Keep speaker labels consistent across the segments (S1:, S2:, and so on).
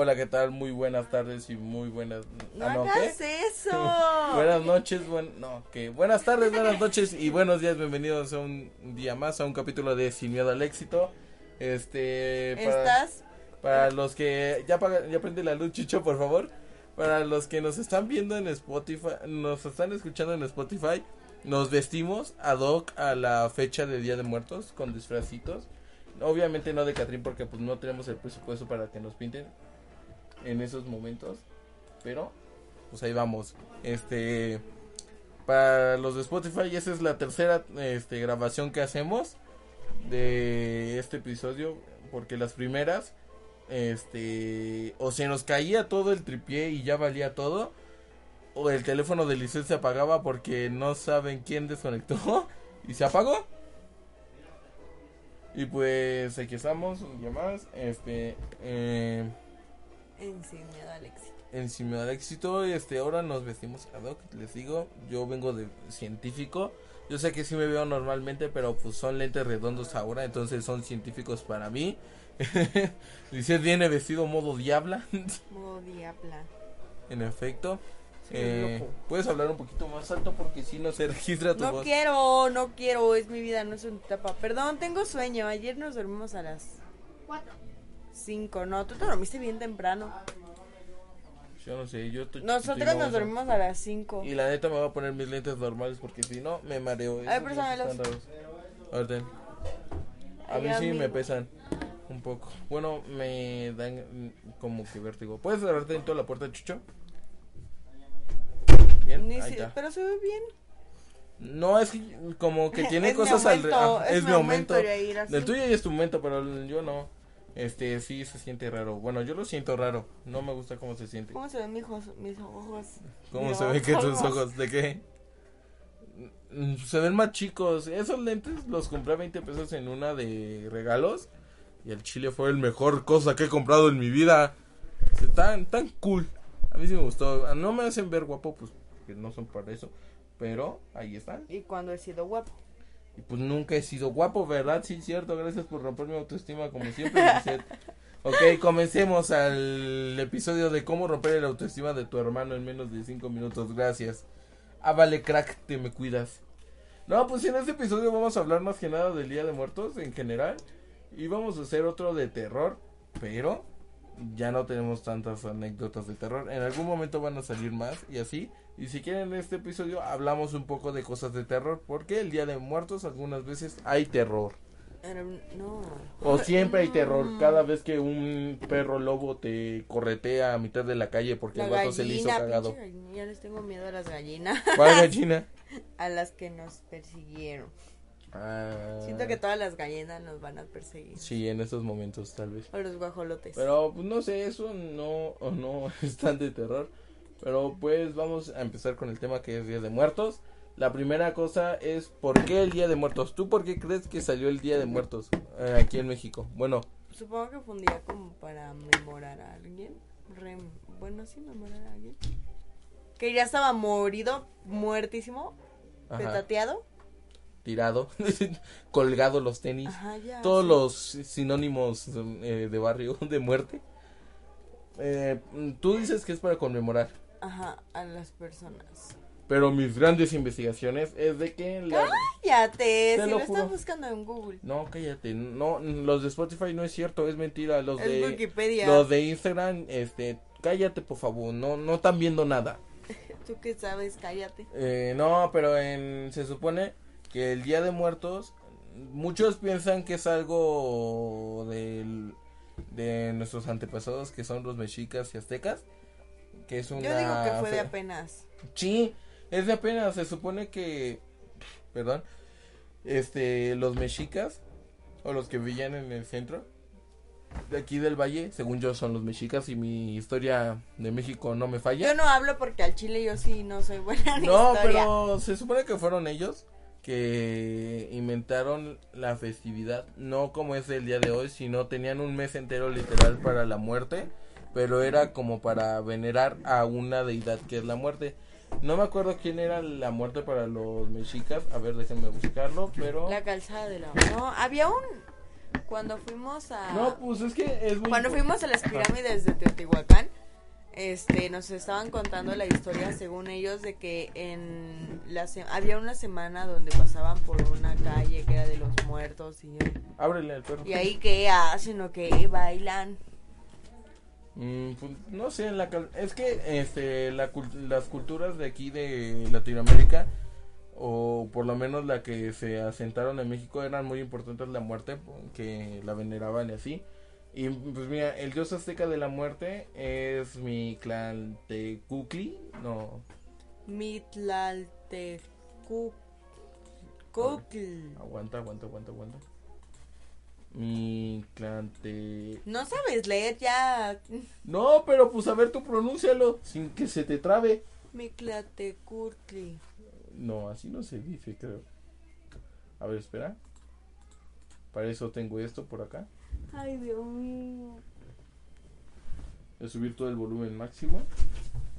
S1: Hola, ¿qué tal? Muy buenas tardes y muy buenas.
S2: No
S1: ah, ¿qué?
S2: hagas eso.
S1: Buenas noches, buen... no, que buenas tardes, buenas noches y buenos días, bienvenidos a un día más, a un capítulo de Sin Miedo al Éxito. Este, para,
S2: Estás
S1: para los que, ya, apaga- ya prende la luz, Chicho, por favor. Para los que nos están viendo en Spotify, nos están escuchando en Spotify, nos vestimos ad hoc a la fecha de Día de Muertos con disfracitos. Obviamente no de Catrín porque pues no tenemos el presupuesto para que nos pinten en esos momentos. Pero, pues ahí vamos. Este, para los de Spotify, esa es la tercera este, grabación que hacemos de este episodio. Porque las primeras, este, o se nos caía todo el tripié y ya valía todo. O el teléfono de Lisset se apagaba porque no saben quién desconectó y se apagó. Y pues aquí estamos, un día más. Este, eh,
S2: en Sin Miedo al Éxito.
S1: encima de éxito. Este, ahora nos vestimos ad hoc, les digo. Yo vengo de científico. Yo sé que sí me veo normalmente, pero pues son lentes redondos ahora, entonces son científicos para mí. Dice, viene vestido modo diabla,
S2: Modo diabla.
S1: en efecto.
S3: Sí,
S1: Eh,
S3: loco.
S1: Puedes hablar un poquito más alto porque si no se registra tu
S2: No
S1: voz.
S2: quiero, no quiero, es mi vida, no es un tapa. Perdón, tengo sueño. Ayer nos dormimos a las
S3: Cuatro.
S2: 5, no, tú te dormiste bien temprano.
S1: Yo no sé, yo estoy-
S2: Nosotros
S1: estoy
S2: nos
S1: baboso.
S2: dormimos a las 5.
S1: Y la neta me voy a poner mis lentes normales porque si no me mareo. Esos lentes
S2: préstamelos.
S1: están raros. A ver, ten. A
S2: Ay,
S1: mí sí me
S2: amigo.
S1: pesan un poco. Bueno, me dan mm, como que vértigo. ¿Puedes cerrarte en toda la puerta, Chucho? Bien, ahí está.
S2: Pero se ve bien.
S1: No, es que como que tiene
S2: Es mi
S1: cosas
S2: aumento,
S1: alrededor.
S2: es
S1: Es
S2: mi
S1: mi aumento.
S2: aumento de ir así.
S1: Del tuyo ya es tu aumento, pero el- yo no. Este, sí se siente raro. Bueno, yo lo siento raro. No me gusta cómo se siente.
S2: ¿Cómo se ven mis ojos? Mis ojos.
S1: ¿Cómo
S2: Mis
S1: se ve que tus ojos de qué? Mm, Se ven más chicos. Esos lentes los compré a 20 pesos en una de regalos. Y el chile fue el mejor cosa que he comprado en mi vida. Tan, tan cool. A mí sí me gustó. No me hacen ver guapo, pues que no son para eso. Pero ahí están.
S2: Y cuando he sido guapo.
S1: Y pues nunca he sido guapo, ¿verdad? Sí, cierto. Gracias por romper mi autoestima, como siempre. Lisette. ok, comencemos al episodio de cómo romper la autoestima de tu hermano en menos de 5 minutos. Gracias. Ah, vale, crack, te me cuidas. No, pues en este episodio vamos a hablar más que nada del Día de Muertos en general. Y vamos a hacer otro de terror, pero ya no tenemos tantas anécdotas de terror. En algún momento van a salir más y así. Y si quieren, en este episodio hablamos un poco de cosas de terror, porque el Día de Muertos algunas veces hay terror.
S2: Era un- No.
S1: O siempre hay terror
S2: Mm.
S1: cada vez que un perro lobo te corretea a mitad de la calle porque
S2: La
S1: el vato se le hizo
S2: gallina,
S1: cagado.
S2: pinche gallina, Ya les tengo miedo a las gallinas.
S1: ¿Cuál gallina?
S2: A las que nos persiguieron.
S1: Ah,
S2: Siento que todas las gallinas nos van a perseguir.
S1: Sí, en estos momentos tal vez.
S2: O los guajolotes.
S1: Pero pues, no sé, eso no, o no es tan de terror. Pero pues vamos a empezar con el tema que es Día de Muertos. La primera cosa es ¿por qué el Día de Muertos? ¿Tú por qué crees que salió el Día de Muertos eh, aquí en México? Bueno,
S2: Supongo que fue un día como para memorar a alguien. Rem- bueno, sí, memorar a alguien. Que ya estaba morido, muertísimo,
S1: ajá,
S2: petateado.
S1: tirado, colgado los tenis,
S2: Ajá, ya.
S1: todos
S2: sí.
S1: los sinónimos eh, de barrio de muerte. Eh, tú dices que es para conmemorar,
S2: Ajá, a las personas.
S1: pero mis grandes investigaciones es de que la...
S2: Cállate,
S1: Te
S2: si
S1: lo
S2: lo,
S1: juro.
S2: estás buscando en Google.
S1: No, cállate. No, los de Spotify no es cierto, es mentira. Los
S2: En
S1: de
S2: Wikipedia.
S1: los de Instagram, este, cállate por favor, no, no están viendo nada.
S2: Tú que sabes, cállate.
S1: Eh, no, pero en, se supone que el Día de Muertos, muchos piensan que es algo del- de nuestros antepasados, que son los mexicas y aztecas, que es una.
S2: Yo digo que fue de
S1: fe-
S2: apenas.
S1: Sí, es de apenas, se supone que, perdón, este, los mexicas, o los que vivían en el centro, de aquí del valle, según yo son los mexicas y mi historia de México no me falla.
S2: Yo no hablo porque al chile yo sí no soy buena en
S1: No,
S2: historia.
S1: pero se supone que fueron ellos que inventaron la festividad, no como es el día de hoy, sino tenían un mes entero literal para la muerte, pero era como para venerar a una deidad que es la muerte. No me acuerdo quién era la muerte para los mexicas, a ver, déjenme buscarlo, pero...
S2: La calzada de la... No, había un... Cuando fuimos a...
S1: No, pues es que es muy...
S2: Cuando
S1: impo-
S2: fuimos a las
S1: Ajá.
S2: pirámides de Teotihuacán, este, nos estaban contando la historia, según ellos, de que en la se- había una semana donde pasaban por una calle que era de los muertos y,
S1: Ábrele al perro.
S2: y ahí que hacen o que bailan.
S1: Mm, pues, no sé, la cal- es que este, la cul- las culturas de aquí de Latinoamérica, o por lo menos la que se asentaron en México, eran muy importantes la muerte, que la veneraban y así. Y pues mira, el dios azteca de la muerte es mi clan Tecucli, no,
S2: Mitlaltecucl.
S1: aguanta, aguanta, aguanta, aguanta. Mi clan te...
S2: No sabes leer ya.
S1: No, pero pues a ver tú pronúncialo sin que se te trabe.
S2: Mitlaltecutli.
S1: No, así no se dice, creo. A ver, espera. Para eso tengo esto por acá.
S2: Ay, Dios mío.
S1: Voy a subir todo el volumen máximo.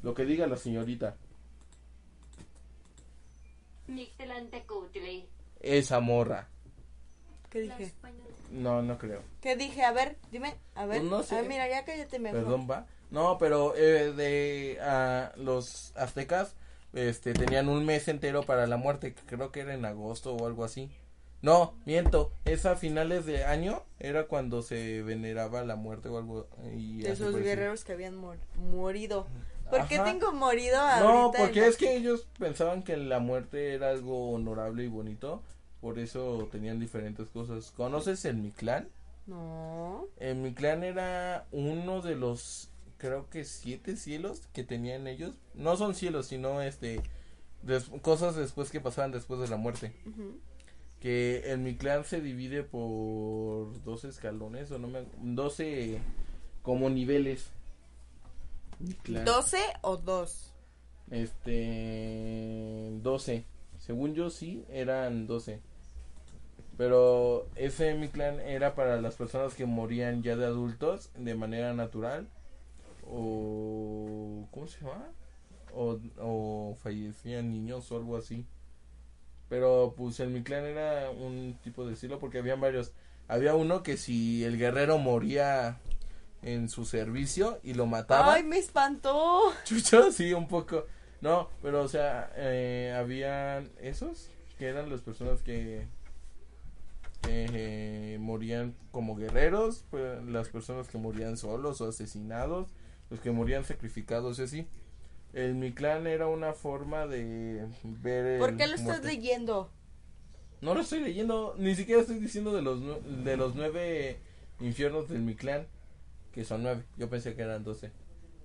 S1: Lo que diga la señorita.
S3: Mictlantecutli.
S1: Esa morra.
S2: ¿Qué
S3: La
S2: dije?
S3: española.
S1: No, no creo.
S2: ¿Qué dije? A ver, dime. A ver.
S1: Pues no sé.
S2: Ay, mira, ya cállate mejor.
S1: Perdón, va. No, pero eh, de ah, los aztecas este, tenían un mes entero para la muerte, que creo que era en agosto o algo así. No, miento, es a finales de año, era cuando se veneraba la muerte o algo. Y
S2: De
S1: así
S2: esos
S1: por decir.
S2: guerreros que habían mor- morido. ¿Por qué
S1: Ajá.
S2: tengo morido
S1: No,
S2: ahorita? en
S1: porque
S2: la-
S1: es que ellos pensaban que la muerte era algo honorable y bonito, por eso tenían diferentes cosas. ¿Conoces el Mictlán?
S2: No.
S1: El Mictlán era uno de los, creo que siete cielos que tenían ellos. No son cielos, sino este, des- cosas después que pasaban después de la muerte.
S2: Ujú.
S1: Que el Mictlán se divide por 12 escalones, o no me, 12 como niveles. Mictlán.
S2: ¿Doce o dos?
S1: Este. 12. Según yo, sí, eran 12. Pero ese mi clan era para las personas que morían ya de adultos de manera natural. O. ¿Cómo se llama? O, o fallecían niños o algo así. Pero pues el mi clan era un tipo de estilo porque había varios. Había uno que si el guerrero moría en su servicio y lo mataba.
S2: ¡Ay, me espantó!
S1: Chucho, sí, un poco. No, pero o sea, eh, habían esos que eran las personas que eh, morían como guerreros, pues, las personas que morían solos o asesinados, los que morían sacrificados y así. El mi clan era una forma de ver. el
S2: ¿Por qué lo estás
S1: muerte.
S2: leyendo?
S1: No lo estoy leyendo, ni siquiera estoy diciendo de los, nue- de los nueve infiernos del mi clan, que son nueve, yo pensé que eran doce,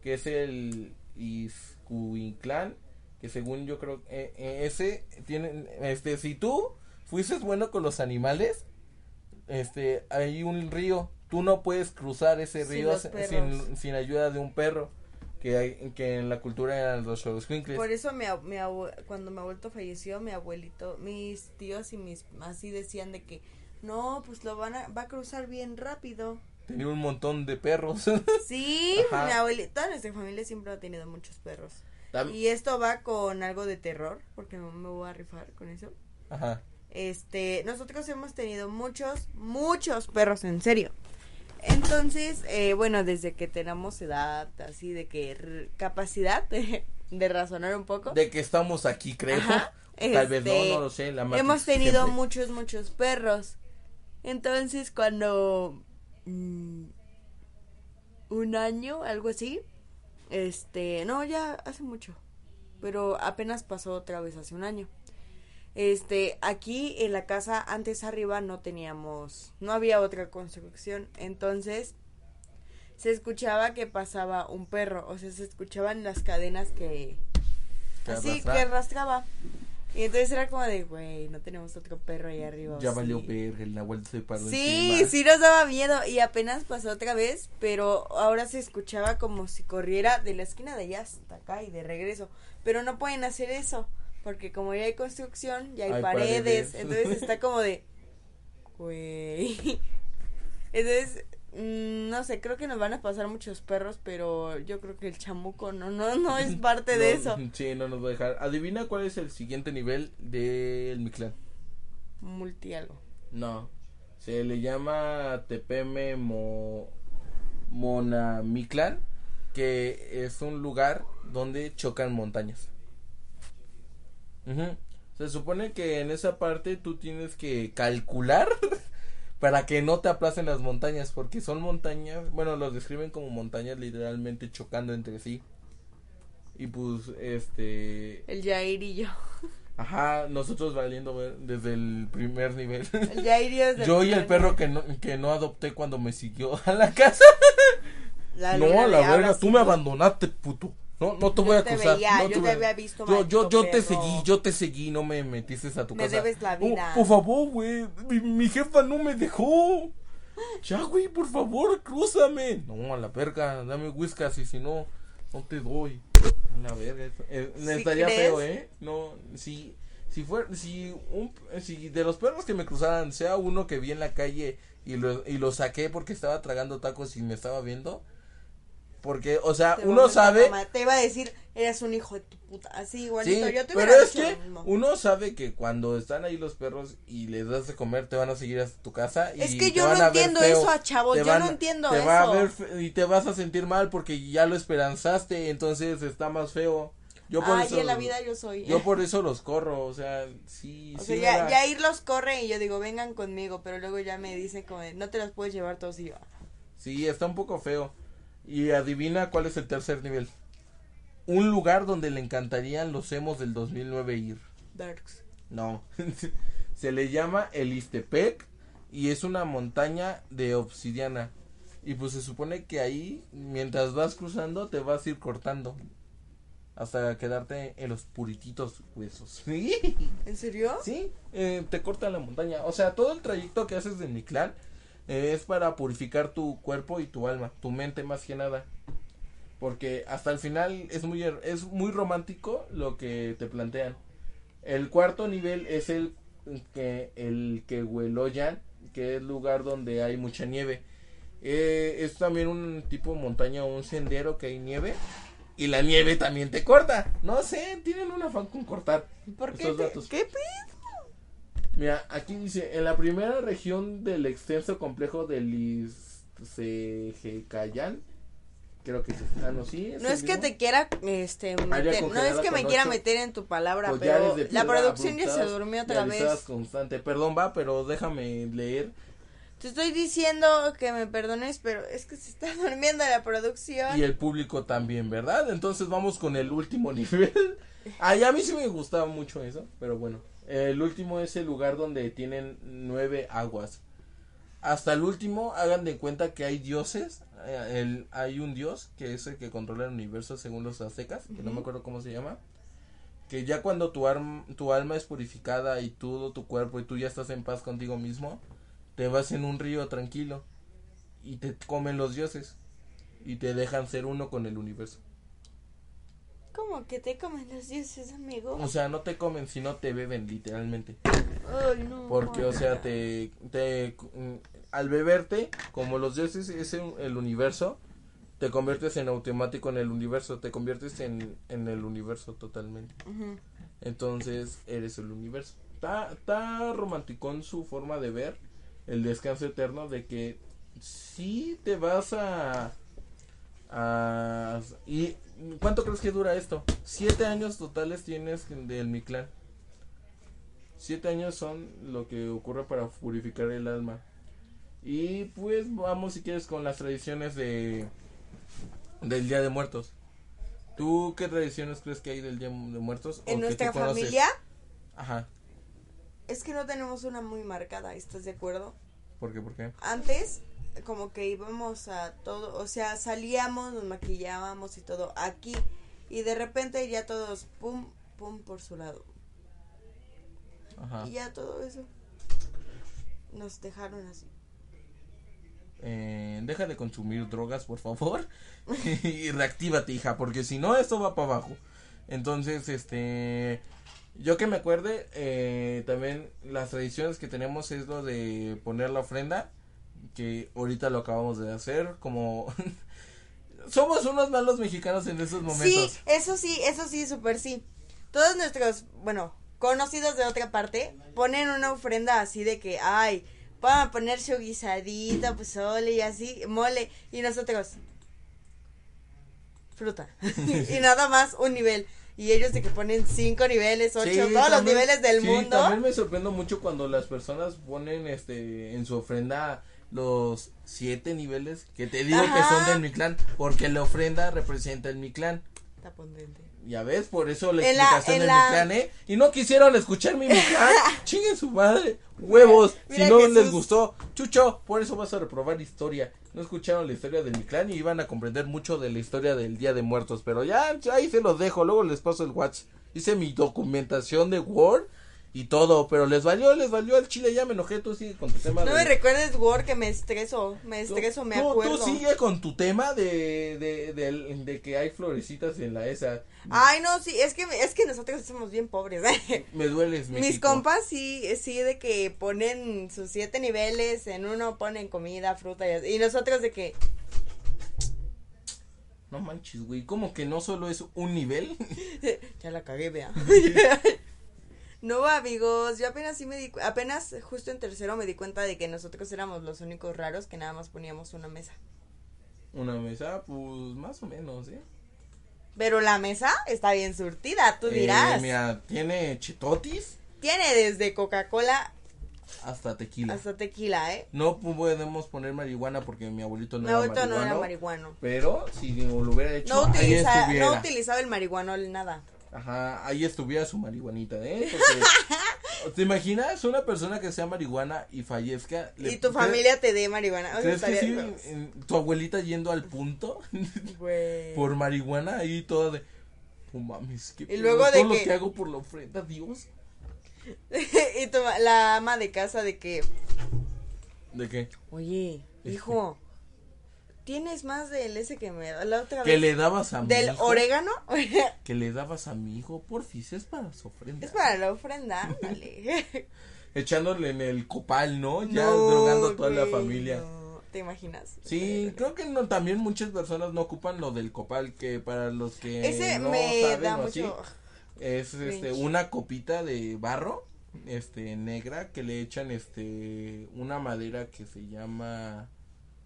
S1: que es el Iscuinclán, que según yo creo, eh, eh, ese tiene, este, si tú fuiste bueno con los animales, este, hay un río, tú no puedes cruzar ese
S2: Sin
S1: río
S2: los
S1: sin,
S2: perros.
S1: sin, sin ayuda de un perro, que, hay, que en la cultura eran los Xoloitzcuintles.
S2: Por e- eso mi, ab- mi abue- cuando mi abuelito falleció, mi abuelito, mis tíos y mis así decían de que no, pues lo van a, va a cruzar bien rápido.
S1: tenía un montón de perros.
S2: Sí,
S1: Ajá.
S2: mi abuelito, toda nuestra familia siempre ha tenido muchos perros.
S1: Tam-
S2: Y esto va con algo de terror, porque no me voy a rifar con eso.
S1: Ajá.
S2: Este, nosotros hemos tenido muchos, muchos perros, en serio. Entonces, eh, bueno, desde que tenemos edad, así de que r- capacidad de, de razonar un poco.
S1: de que estamos aquí, creo.
S2: Ajá,
S1: Tal vez
S2: este,
S1: no, no lo sé. La Matrix
S2: hemos tenido
S1: siempre.
S2: muchos, muchos perros. Entonces, cuando mm, un año, algo así, este, no, ya hace mucho, pero apenas pasó otra vez hace un año. Este, aquí en la casa antes arriba no teníamos, no había otra construcción, entonces se escuchaba que pasaba un perro, o sea, se escuchaban las cadenas que
S1: Que
S2: así
S1: arrastra-
S2: que arrastraba. Y entonces era como de, güey, no tenemos otro perro ahí arriba.
S1: Ya
S2: sí.
S1: valió verga, el Nahuel se paró
S2: Sí,
S1: encima.
S2: sí nos daba miedo y apenas pasó otra vez, pero ahora se escuchaba como si corriera de la esquina de allá hasta acá y de regreso. Pero no pueden hacer eso, porque como ya hay construcción, ya hay,
S1: Hay
S2: paredes,
S1: paredes.
S2: entonces está como de... Güey. Entonces, mm, no sé, creo que nos van a pasar muchos perros, pero yo creo que el chamuco no, no, no es parte de
S1: No,
S2: eso.
S1: Sí, no nos va a dejar. Adivina cuál es el siguiente nivel del Mictlán.
S2: Multi algo.
S1: No. Se le llama TPM Mo... Monamictlán, que es un lugar donde chocan montañas. Ujú. Se supone que en esa parte tú tienes que calcular para que no te aplacen las montañas, porque son montañas, bueno, los describen como montañas literalmente chocando entre sí. Y pues, este...
S2: El Jair y yo.
S1: Ajá, nosotros valiendo ver desde el primer nivel.
S2: El Jair y yo. desde
S1: Yo y el
S2: primer-
S1: perro que no, que no adopté cuando me siguió a la casa.
S2: La
S1: no,
S2: luna
S1: a la
S2: de
S1: verga,
S2: Abra
S1: tú
S2: sí
S1: me
S2: fue-
S1: abandonaste, puto. No, no te
S2: Yo
S1: voy a
S2: te
S1: acusar.
S2: veía,
S1: no
S2: yo te
S1: voy a-
S2: había visto,
S1: Yo, yo, yo te
S2: maldito
S1: seguí,
S2: perro.
S1: yo te seguí, no me metiste a tu
S2: Me
S1: casa.
S2: debes la
S1: Oh,
S2: vida.
S1: por favor, güey, mi, mi jefa no me dejó. Ya, güey, por favor, crúzame. No, a la verga, dame whiskas y si no, no te doy. A la verga, eso- eh,
S2: ¿Sí
S1: estaría
S2: crees?
S1: feo, ¿eh? No, si, si fuera, si, un, si de los perros que me cruzaran, sea uno que vi en la calle y lo, y lo saqué porque estaba tragando tacos y me estaba viendo. Porque, o sea,
S2: Te
S1: uno
S2: vamos a
S1: sabe,
S2: mamar. Te iba a decir, eres un hijo de tu puta. Así
S1: Sí,
S2: igualito. yo te
S1: pero
S2: hubiera
S1: es
S2: dicho
S1: que
S2: lo mismo.
S1: uno sabe que cuando están ahí los perros y les das de comer te van a seguir hasta tu casa. Y
S2: Es que
S1: te
S2: yo
S1: van
S2: no
S1: a ver
S2: entiendo
S1: feo.
S2: eso, chavos,
S1: Te
S2: yo no entiendo
S1: te va a
S2: eso.
S1: ver fe- y te vas a sentir mal porque ya lo esperanzaste, entonces está más feo. Yo por
S2: Ay,
S1: eso.
S2: en la vida yo soy. ¿eh?
S1: yo por eso los corro, o sea, sí,
S2: o
S1: sí
S2: sea,
S1: me
S2: ya,
S1: da-
S2: ya ir los corre y yo digo, vengan conmigo, pero luego ya me dicen como, de, no te los puedes llevar todos y yo.
S1: sí, está un poco feo. Y adivina cuál es el tercer nivel. Un lugar donde le encantarían los emos del 2009 ir.
S2: Darks.
S1: No. Se le llama el Istepec y es una montaña de obsidiana. Y pues se supone que ahí, mientras vas cruzando, te vas a ir cortando. Hasta quedarte en los purititos huesos. Sí,
S2: ¿En serio?
S1: sí eh, te corta la montaña. O sea, todo el trayecto que haces de Mictlán eh, es para purificar tu cuerpo y tu alma, tu mente más que nada. Porque hasta el final es muy, er- es muy romántico lo que te plantean. El cuarto nivel es el que el que Hueloyan, que es lugar donde hay mucha nieve. Eh, es también un tipo de montaña o un sendero que hay nieve y la nieve también te corta. No sé, tienen un afán con cortar.
S2: ¿Por qué?
S1: estos
S2: te-
S1: datos.
S2: ¿Qué pe-
S1: Mira, aquí dice, en la primera región del extenso complejo del Iztecayán, creo que se ah, no, sí,
S2: No
S1: el
S2: es que
S1: mismo.
S2: te quiera, este, meter- no es
S1: congelada
S2: que me
S1: con
S2: quiera
S1: ocho
S2: meter en tu palabra, pero
S1: Collares de
S2: la
S1: piedra
S2: producción ya se
S1: abultadas,
S2: durmió otra
S1: realizadas
S2: vez.
S1: constante. Perdón, va, pero déjame leer.
S2: Te estoy diciendo que me perdones, pero es que se está durmiendo la producción.
S1: Y el público también, ¿verdad? Entonces vamos con el último nivel. Ay, a mí sí me gustaba mucho eso, pero bueno. El último es el lugar donde tienen nueve aguas. Hasta el último, hagan de cuenta que hay dioses. eh, el- hay un dios que es el que controla el universo según los aztecas, que no me acuerdo cómo se llama. Que ya cuando tu, arm- tu alma es purificada y todo tu cuerpo y tú ya estás en paz contigo mismo, te vas en un río tranquilo y te comen los dioses y te dejan ser uno con el universo.
S2: ¿Cómo que te comen los dioses, amigo?
S1: O sea, no te comen, sino te beben literalmente.
S2: Ay, no.
S1: Porque, o sea,
S2: guácala.
S1: te, te mm, al beberte, como los dioses es el el universo, te conviertes en automático en el universo, te conviertes en, en el universo totalmente.
S2: Ujú.
S1: Entonces, eres el universo. Está, está romanticón su forma de ver el descanso eterno de que sí te vas a, a- ¿Y cuánto crees que dura esto? Siete años totales tienes del mi clan. Siete años son lo que ocurre para purificar el alma. Y pues vamos si quieres con las tradiciones de del Día de Muertos. ¿Tú qué tradiciones crees que hay del Día de Muertos? o que
S2: En
S1: tú
S2: nuestra
S1: conoces?
S2: familia
S1: Ajá.
S2: es que no tenemos una muy marcada, ¿estás de acuerdo?
S1: ¿Por qué? ¿Por qué?
S2: Antes como que íbamos a todo, o sea, salíamos, nos maquillábamos y todo aquí y de repente ya todos pum pum por su lado.
S1: Ajá.
S2: Y ya todo eso. Nos dejaron así.
S1: Eh, deja de consumir drogas, por favor. y reactívate, hija, porque si no, esto va para abajo. Entonces, este. Yo que me acuerde, eh, también las tradiciones que tenemos es lo de poner la ofrenda, que ahorita lo acabamos de hacer, como. Somos unos malos mexicanos en esos momentos.
S2: Sí, eso sí, eso sí, súper sí. Todos nuestros, bueno, conocidos de otra parte ponen una ofrenda así de que, ay, van a poner su guisadita, pues ole y así, mole. Y nosotros, fruta. y nada más un nivel. Y ellos de que ponen cinco niveles, ocho,
S1: Sí,
S2: todos los
S1: también-
S2: niveles del
S1: sí,
S2: mundo.
S1: También me sorprendo mucho cuando las personas ponen este en su ofrenda los siete niveles que te digo que son
S2: Ajá.
S1: del mi clan, porque la ofrenda representa el mi clan.
S2: Está pondente.
S1: Ya ves, por eso la
S2: En la-
S1: explicación
S2: en
S1: del
S2: la-
S1: mi clan, ¿eh? Y no quisieron escuchar mi mi clan. Chinguen su madre. Huevos.
S2: Mira,
S1: si no
S2: Jesús.
S1: les gustó, chucho, por eso vas a reprobar historia. No escucharon la historia del mi clan y iban a comprender mucho de la historia del Día de Muertos. Pero ya, ya ahí se los dejo. Luego les paso el WhatsApp. Hice mi documentación de Word y todo. Pero les valió, les valió al chile. Ya me enojé. Tú sigue con tu tema.
S2: No
S1: de-
S2: me recuerdes, Word, que me estreso, me estreso, me
S1: Tú- eh.
S2: acuerdo.
S1: Tú sigue con tu tema de, de, del- de que hay florecitas en la esa.
S2: Ay, no, sí, es que, es que nosotros somos bien pobres. ¿eh?
S1: Me dueles,
S2: Mis
S1: México.
S2: compas sí, sí, de que ponen sus siete niveles, en uno ponen comida, fruta y así. Y nosotros de que,
S1: No manches, güey, como que no solo es un nivel.
S2: ya la cagué, vea. no, amigos, yo apenas sí me di, cu- apenas justo en tercero me di cuenta de que nosotros éramos los únicos raros que nada más poníamos una mesa.
S1: Una mesa, pues más o menos, ¿eh?
S2: Pero la mesa está bien surtida, tú
S1: Eh,
S2: dirás.
S1: mira, tiene chetotis
S2: Tiene desde Coca-Cola
S1: hasta tequila.
S2: hasta tequila, ¿eh?
S1: No podemos poner marihuana porque mi abuelito no
S2: Mi
S1: era
S2: abuelito no
S1: marihuano.
S2: era marihuano.
S1: Pero si lo hubiera hecho,
S2: No,
S1: ahí
S2: utiliza-
S1: estuviera.
S2: no utilizaba el marihuano nada.
S1: Ajá, ahí estuviera su marihuanita, ¿eh? Porque, ¿Te imaginas una persona que sea marihuana y fallezca? Le-
S2: Y tu familia te dé marihuana. O sea,
S1: ¿Crees que
S2: estaría-
S1: sí? En- ¿Tu abuelita yendo al punto?
S2: Güey.
S1: por marihuana ahí toda de "No mames qué pedo,
S2: luego de
S1: todo lo
S2: que-
S1: que hago por la ofrenda Dios
S2: y tu ma- la ama de casa de que,
S1: de qué
S2: oye,
S1: Este.
S2: hijo, ¿tienes más del ese que me da la otra
S1: que
S2: vez?
S1: le dabas a mi
S2: ¿Del
S1: hijo
S2: orégano?
S1: que le dabas a mi hijo porfis es para su ofrenda
S2: es para la ofrenda, dale.
S1: echándole en el copal no ya
S2: No,
S1: drogando a toda la
S2: güey,
S1: familia
S2: no, ¿Te imaginas?
S1: Sí, creo que no, también muchas personas no ocupan lo del copal, que para los que
S2: Ese
S1: no
S2: me
S1: saben
S2: da
S1: o así,
S2: mucho...
S1: es este,
S2: cringe.
S1: una copita de barro, este, negra, que le echan, este, una madera que se llama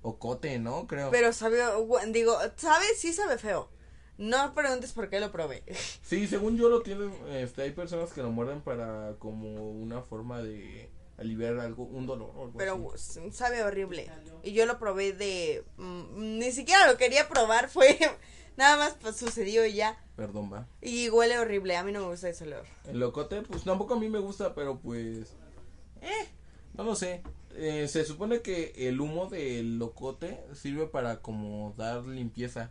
S1: ocote, ¿no? Creo.
S2: Pero sabe, gu- digo, sabe, sí sabe feo. No preguntes por qué lo probé.
S1: Sí, según yo lo tienen, este, hay personas que lo muerden para como una forma de aliviar algo, un dolor o algo
S2: Pero
S1: así.
S2: s- sabe horrible. Y yo lo probé de... mm, ni siquiera lo quería probar, fue... Nada más pues, sucedió y ya.
S1: Perdón, va.
S2: Y huele horrible, a mí no me gusta ese olor.
S1: El locote, pues tampoco a mí me gusta, pero pues, eh, no lo sé. Eh, se supone que el humo del locote sirve para como dar limpieza.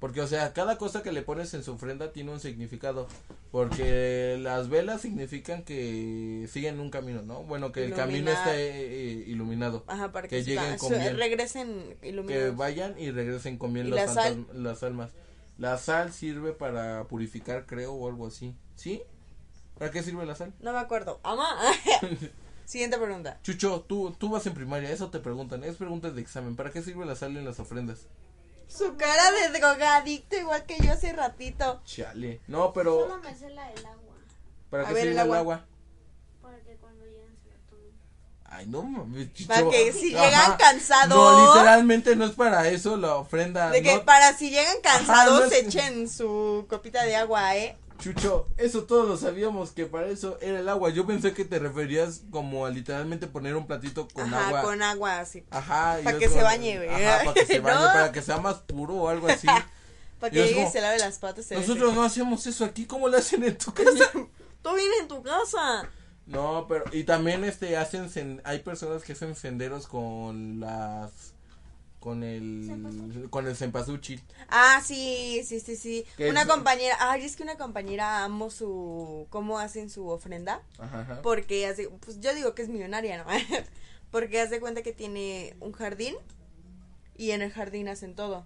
S1: Porque, o sea, cada cosa que le pones en su ofrenda tiene un significado. Porque las velas significan que siguen un camino, ¿no? Bueno, que el camino
S2: Iluminar.
S1: está eh, eh, iluminado.
S2: Ajá, para que,
S1: Que
S2: su-
S1: lleguen con
S2: su-
S1: bien.
S2: regresen
S1: que
S2: iluminados.
S1: vayan y regresen con bien
S2: ¿Y
S1: los
S2: la sal?
S1: fantasm- las almas. La sal sirve para purificar, creo, o algo así. ¿Sí? ¿Para qué sirve la sal?
S2: No me acuerdo. Ama. Siguiente pregunta.
S1: Chucho, tú, tú vas en primaria, eso te preguntan, es preguntas de examen. ¿Para qué sirve la sal en las ofrendas?
S2: Su cara de drogadicto igual que yo hace ratito.
S1: Chale. No, pero
S3: Solo me sé la del agua,
S1: ¿para
S2: A
S1: qué
S2: ver, el
S1: sirve el agua?
S2: agua.
S3: para que cuando lleguen se lo tomen.
S1: Ay, no mames, Chucho.
S2: Para que si
S1: Ajá.
S2: llegan cansados.
S1: No, literalmente no es para eso la ofrenda.
S2: De que
S1: Ah, no.
S2: para si llegan cansados
S1: no es-
S2: echen su copita de agua, ¿eh?
S1: Chucho, eso todos lo sabíamos que para eso era el agua. Yo pensé que te referías como a literalmente poner un platito con
S2: Ajá,
S1: agua. Ah,
S2: con agua así.
S1: Ajá. y
S2: Pa'
S1: yo
S2: que
S1: es
S2: se
S1: como-
S2: bañe, güey.
S1: Ajá, para que se bañe,
S2: No.
S1: para que sea más puro o algo así.
S2: Para
S1: Y
S2: que
S1: es
S2: llegue y
S1: como-
S2: se lave las patas. se
S1: Nosotros
S2: deseche.
S1: no hacemos eso aquí, ¿cómo le hacen en tu casa?
S2: Tú vienes en tu casa.
S1: No, pero y también este hacen sen- hay personas que hacen senderos con las con el
S3: Cempasúchil.
S1: con el cempasúchil.
S2: Ah, sí, sí, sí, sí.
S1: Que
S2: Una
S1: es-
S2: compañera, ay, es que una compañera amo su, cómo hacen su ofrenda,
S1: Ajá, ajá.
S2: porque hace, pues yo digo que es millonaria, ¿no? porque hace cuenta que tiene un jardín y en el jardín hacen todo.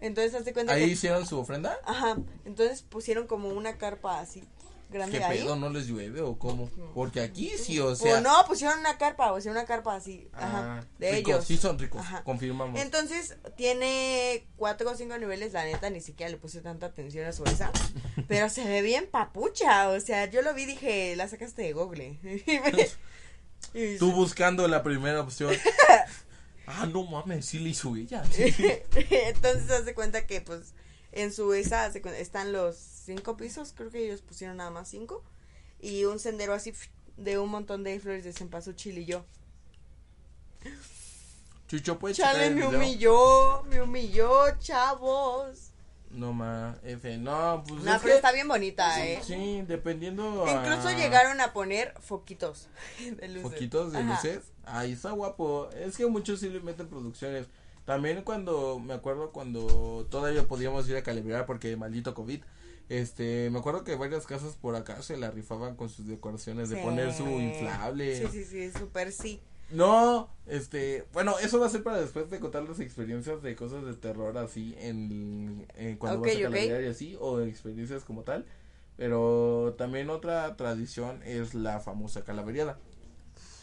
S2: Entonces hace cuenta
S1: Ahí
S2: que,
S1: hicieron su ofrenda.
S2: ajá, entonces pusieron como una carpa así grande
S1: ¿Qué
S2: ahí.
S1: pedo? ¿No les llueve o cómo? Porque aquí sí, o sea.
S2: Pues no, pusieron una carpa, o sea, una carpa así,
S1: Ah,
S2: ajá, de
S1: ricos,
S2: ellos.
S1: Sí son ricos,
S2: Ajá.
S1: confirmamos.
S2: Entonces, tiene cuatro o cinco niveles, la neta, ni siquiera le puse tanta atención a su esa. Pero se ve bien papucha, o sea, yo lo vi y dije, la sacaste de Google. Y me-
S1: Pues,
S2: y-
S1: Tú buscando la primera opción. ah, no mames, sí le hizo ella.
S2: Entonces, hace cuenta que, pues, en su esa hace cuen- están los cinco pisos, creo que ellos pusieron nada más cinco. Y un sendero así pf, de un montón de flores de cempasúchil y yo.
S1: Chucho, pues.
S2: Chale, me humilló, me humilló, chavos.
S1: No ma, F. No, pues.
S2: No,
S1: es que-
S2: pero
S1: pues,
S2: está bien bonita, eh.
S1: Sí, dependiendo. a-
S2: Incluso llegaron a poner foquitos de luces.
S1: Poquitos de
S2: Ajá.
S1: luces. Ahí está guapo. Es que muchos sí le meten producciones. También cuando, me acuerdo cuando todavía podíamos ir a calibrar porque maldito COVID. Este, me acuerdo que varias casas por acá se la rifaban con sus decoraciones Pues de
S2: Sí.
S1: poner su inflable.
S2: Sí, sí, sí, súper sí.
S1: No, este, bueno, eso va a ser para después de contar las experiencias de cosas de terror así en, en cuando
S2: Ok,
S1: vas a
S2: ok.
S1: calendar y así o experiencias como tal. Pero también otra tradición es la famosa calaveriada.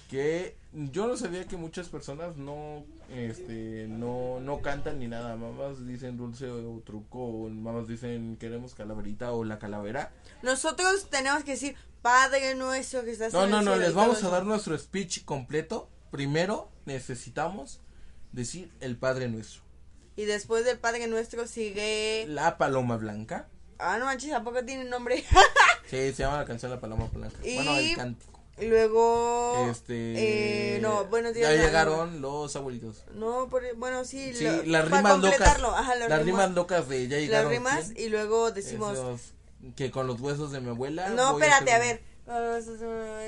S1: Que yo no sabía que muchas personas no, este, no, no cantan ni nada. Mamás dicen dulce o truco, o mamás dicen queremos calaverita o la calavera.
S2: Nosotros tenemos que decir, Padre nuestro que estás
S1: No,
S2: en el
S1: no, no,
S2: cielo",
S1: les
S2: y todo
S1: vamos a
S2: eso.
S1: dar nuestro speech completo. Primero necesitamos decir el Padre Nuestro.
S2: Y después del Padre nuestro sigue.
S1: La Paloma Blanca.
S2: Ah, no manches, ¿a poco tiene nombre?
S1: Sí, se llama la canción La Paloma Blanca. Bueno,
S2: Y-
S1: el cántico.
S2: Y Luego.
S1: Este.
S2: eh, no, buenos días.
S1: Ya
S2: no,
S1: llegaron los abuelitos.
S2: No, por- bueno, sí.
S1: Sí,
S2: lo-
S1: las
S2: para
S1: rimas locas.
S2: completarlo, ajá, las, rimas,
S1: locas de ya
S2: las
S1: llegaron.
S2: rimas,
S1: ¿quién?
S2: y luego decimos.
S1: Esos que con los huesos de mi abuela.
S2: No,
S1: voy
S2: espérate, a
S1: hacer un-
S2: ver.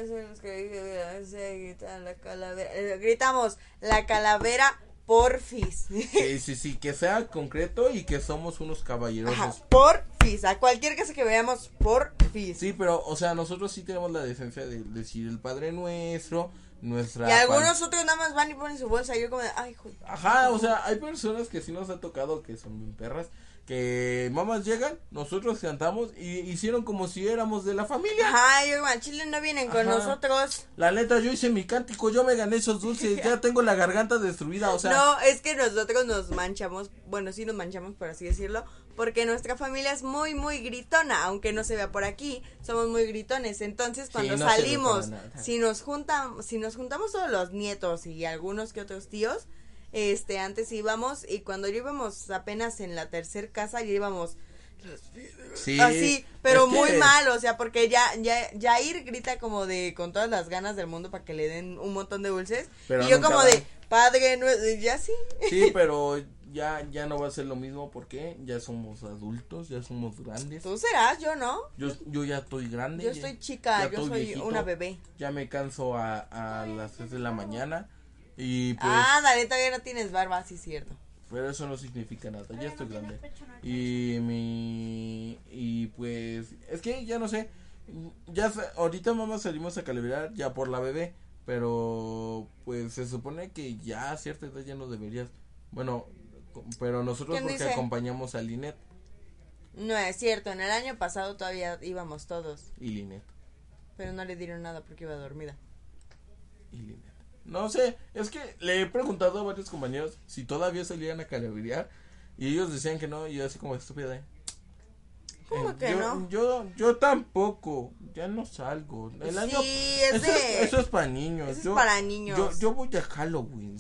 S2: Eh, Gritamos, la calavera porfis.
S1: Sí, sí, sí, que sea concreto y que somos unos caballerosos.
S2: Ajá, porfis. A cualquier casa que veamos, porfis.
S1: Sí, pero, o sea, nosotros sí tenemos la decencia de decir el Padre Nuestro, nuestra...
S2: y algunos otros nada más van y ponen su bolsa. Y yo como, de, ay, joder.
S1: Ajá, o sea, hay personas que sí nos ha tocado que son bien perras, que mamás llegan, nosotros cantamos y hicieron como si éramos de la familia.
S2: Ajá, yo como, "Al chile no vienen con
S1: Ajá.
S2: nosotros.
S1: La neta, yo hice mi cántico, yo me gané esos dulces, ya tengo la garganta destruida, o sea...
S2: no, es que nosotros nos manchamos, bueno, sí nos manchamos, por así decirlo, porque nuestra familia es muy, muy gritona, aunque no se vea por aquí, somos muy gritones. Entonces, cuando
S1: no se ve
S2: salimos,
S1: para nada.
S2: si nos juntamos, si nos juntamos todos los nietos y algunos que otros tíos, este, antes íbamos y cuando yo íbamos apenas en la tercer casa, ya íbamos
S1: Sí,
S2: así, ah, pero
S1: es que-
S2: muy mal, o sea, porque ya, ya, Jair grita como de con todas las ganas del mundo para que le den un montón de dulces.
S1: Pero
S2: y yo
S1: nunca
S2: como
S1: van.
S2: de, padre, no, ya sí.
S1: Sí, pero ya, ya no va a ser lo mismo porque ya somos adultos, ya somos grandes.
S2: Tú serás, yo no.
S1: Yo, yo ya estoy grande.
S2: Yo
S1: ya-
S2: estoy chica,
S1: ya
S2: yo
S1: estoy
S2: soy
S1: viejito,
S2: una bebé.
S1: Ya me canso a, a las 3 de la mañana. Y pues.
S2: ah, Dale, todavía no tienes barba, sí, cierto.
S1: Pero eso no significa nada, ya
S3: Ay,
S1: estoy
S3: no tiene
S1: grande.
S3: pecho, no hay
S1: Y mi. Y pues. Es que ya no sé. Ya sa- ahorita mamá salimos a calibrar ya por la bebé. Pero pues se supone que ya a cierta edad ya no deberías. Bueno, co- pero nosotros
S2: ¿Quién
S1: porque
S2: dice?
S1: acompañamos a Linet
S2: No es cierto, en el año pasado todavía íbamos todos,
S1: y Linet.
S2: pero no le dieron nada porque iba dormida.
S1: y Linet. No sé, es que le he preguntado a varios compañeros si todavía salían a calabrear y ellos decían que no y yo así como estúpida. ¿eh?
S2: ¿Cómo
S1: Eh,
S2: que
S1: yo,
S2: no?
S1: Yo, yo tampoco, ya no salgo. El
S2: Sí,
S1: año-
S2: es
S1: eso,
S2: de-
S1: eso es para niños.
S2: eso es
S1: yo-
S2: para niños.
S1: Yo, yo voy a Halloween.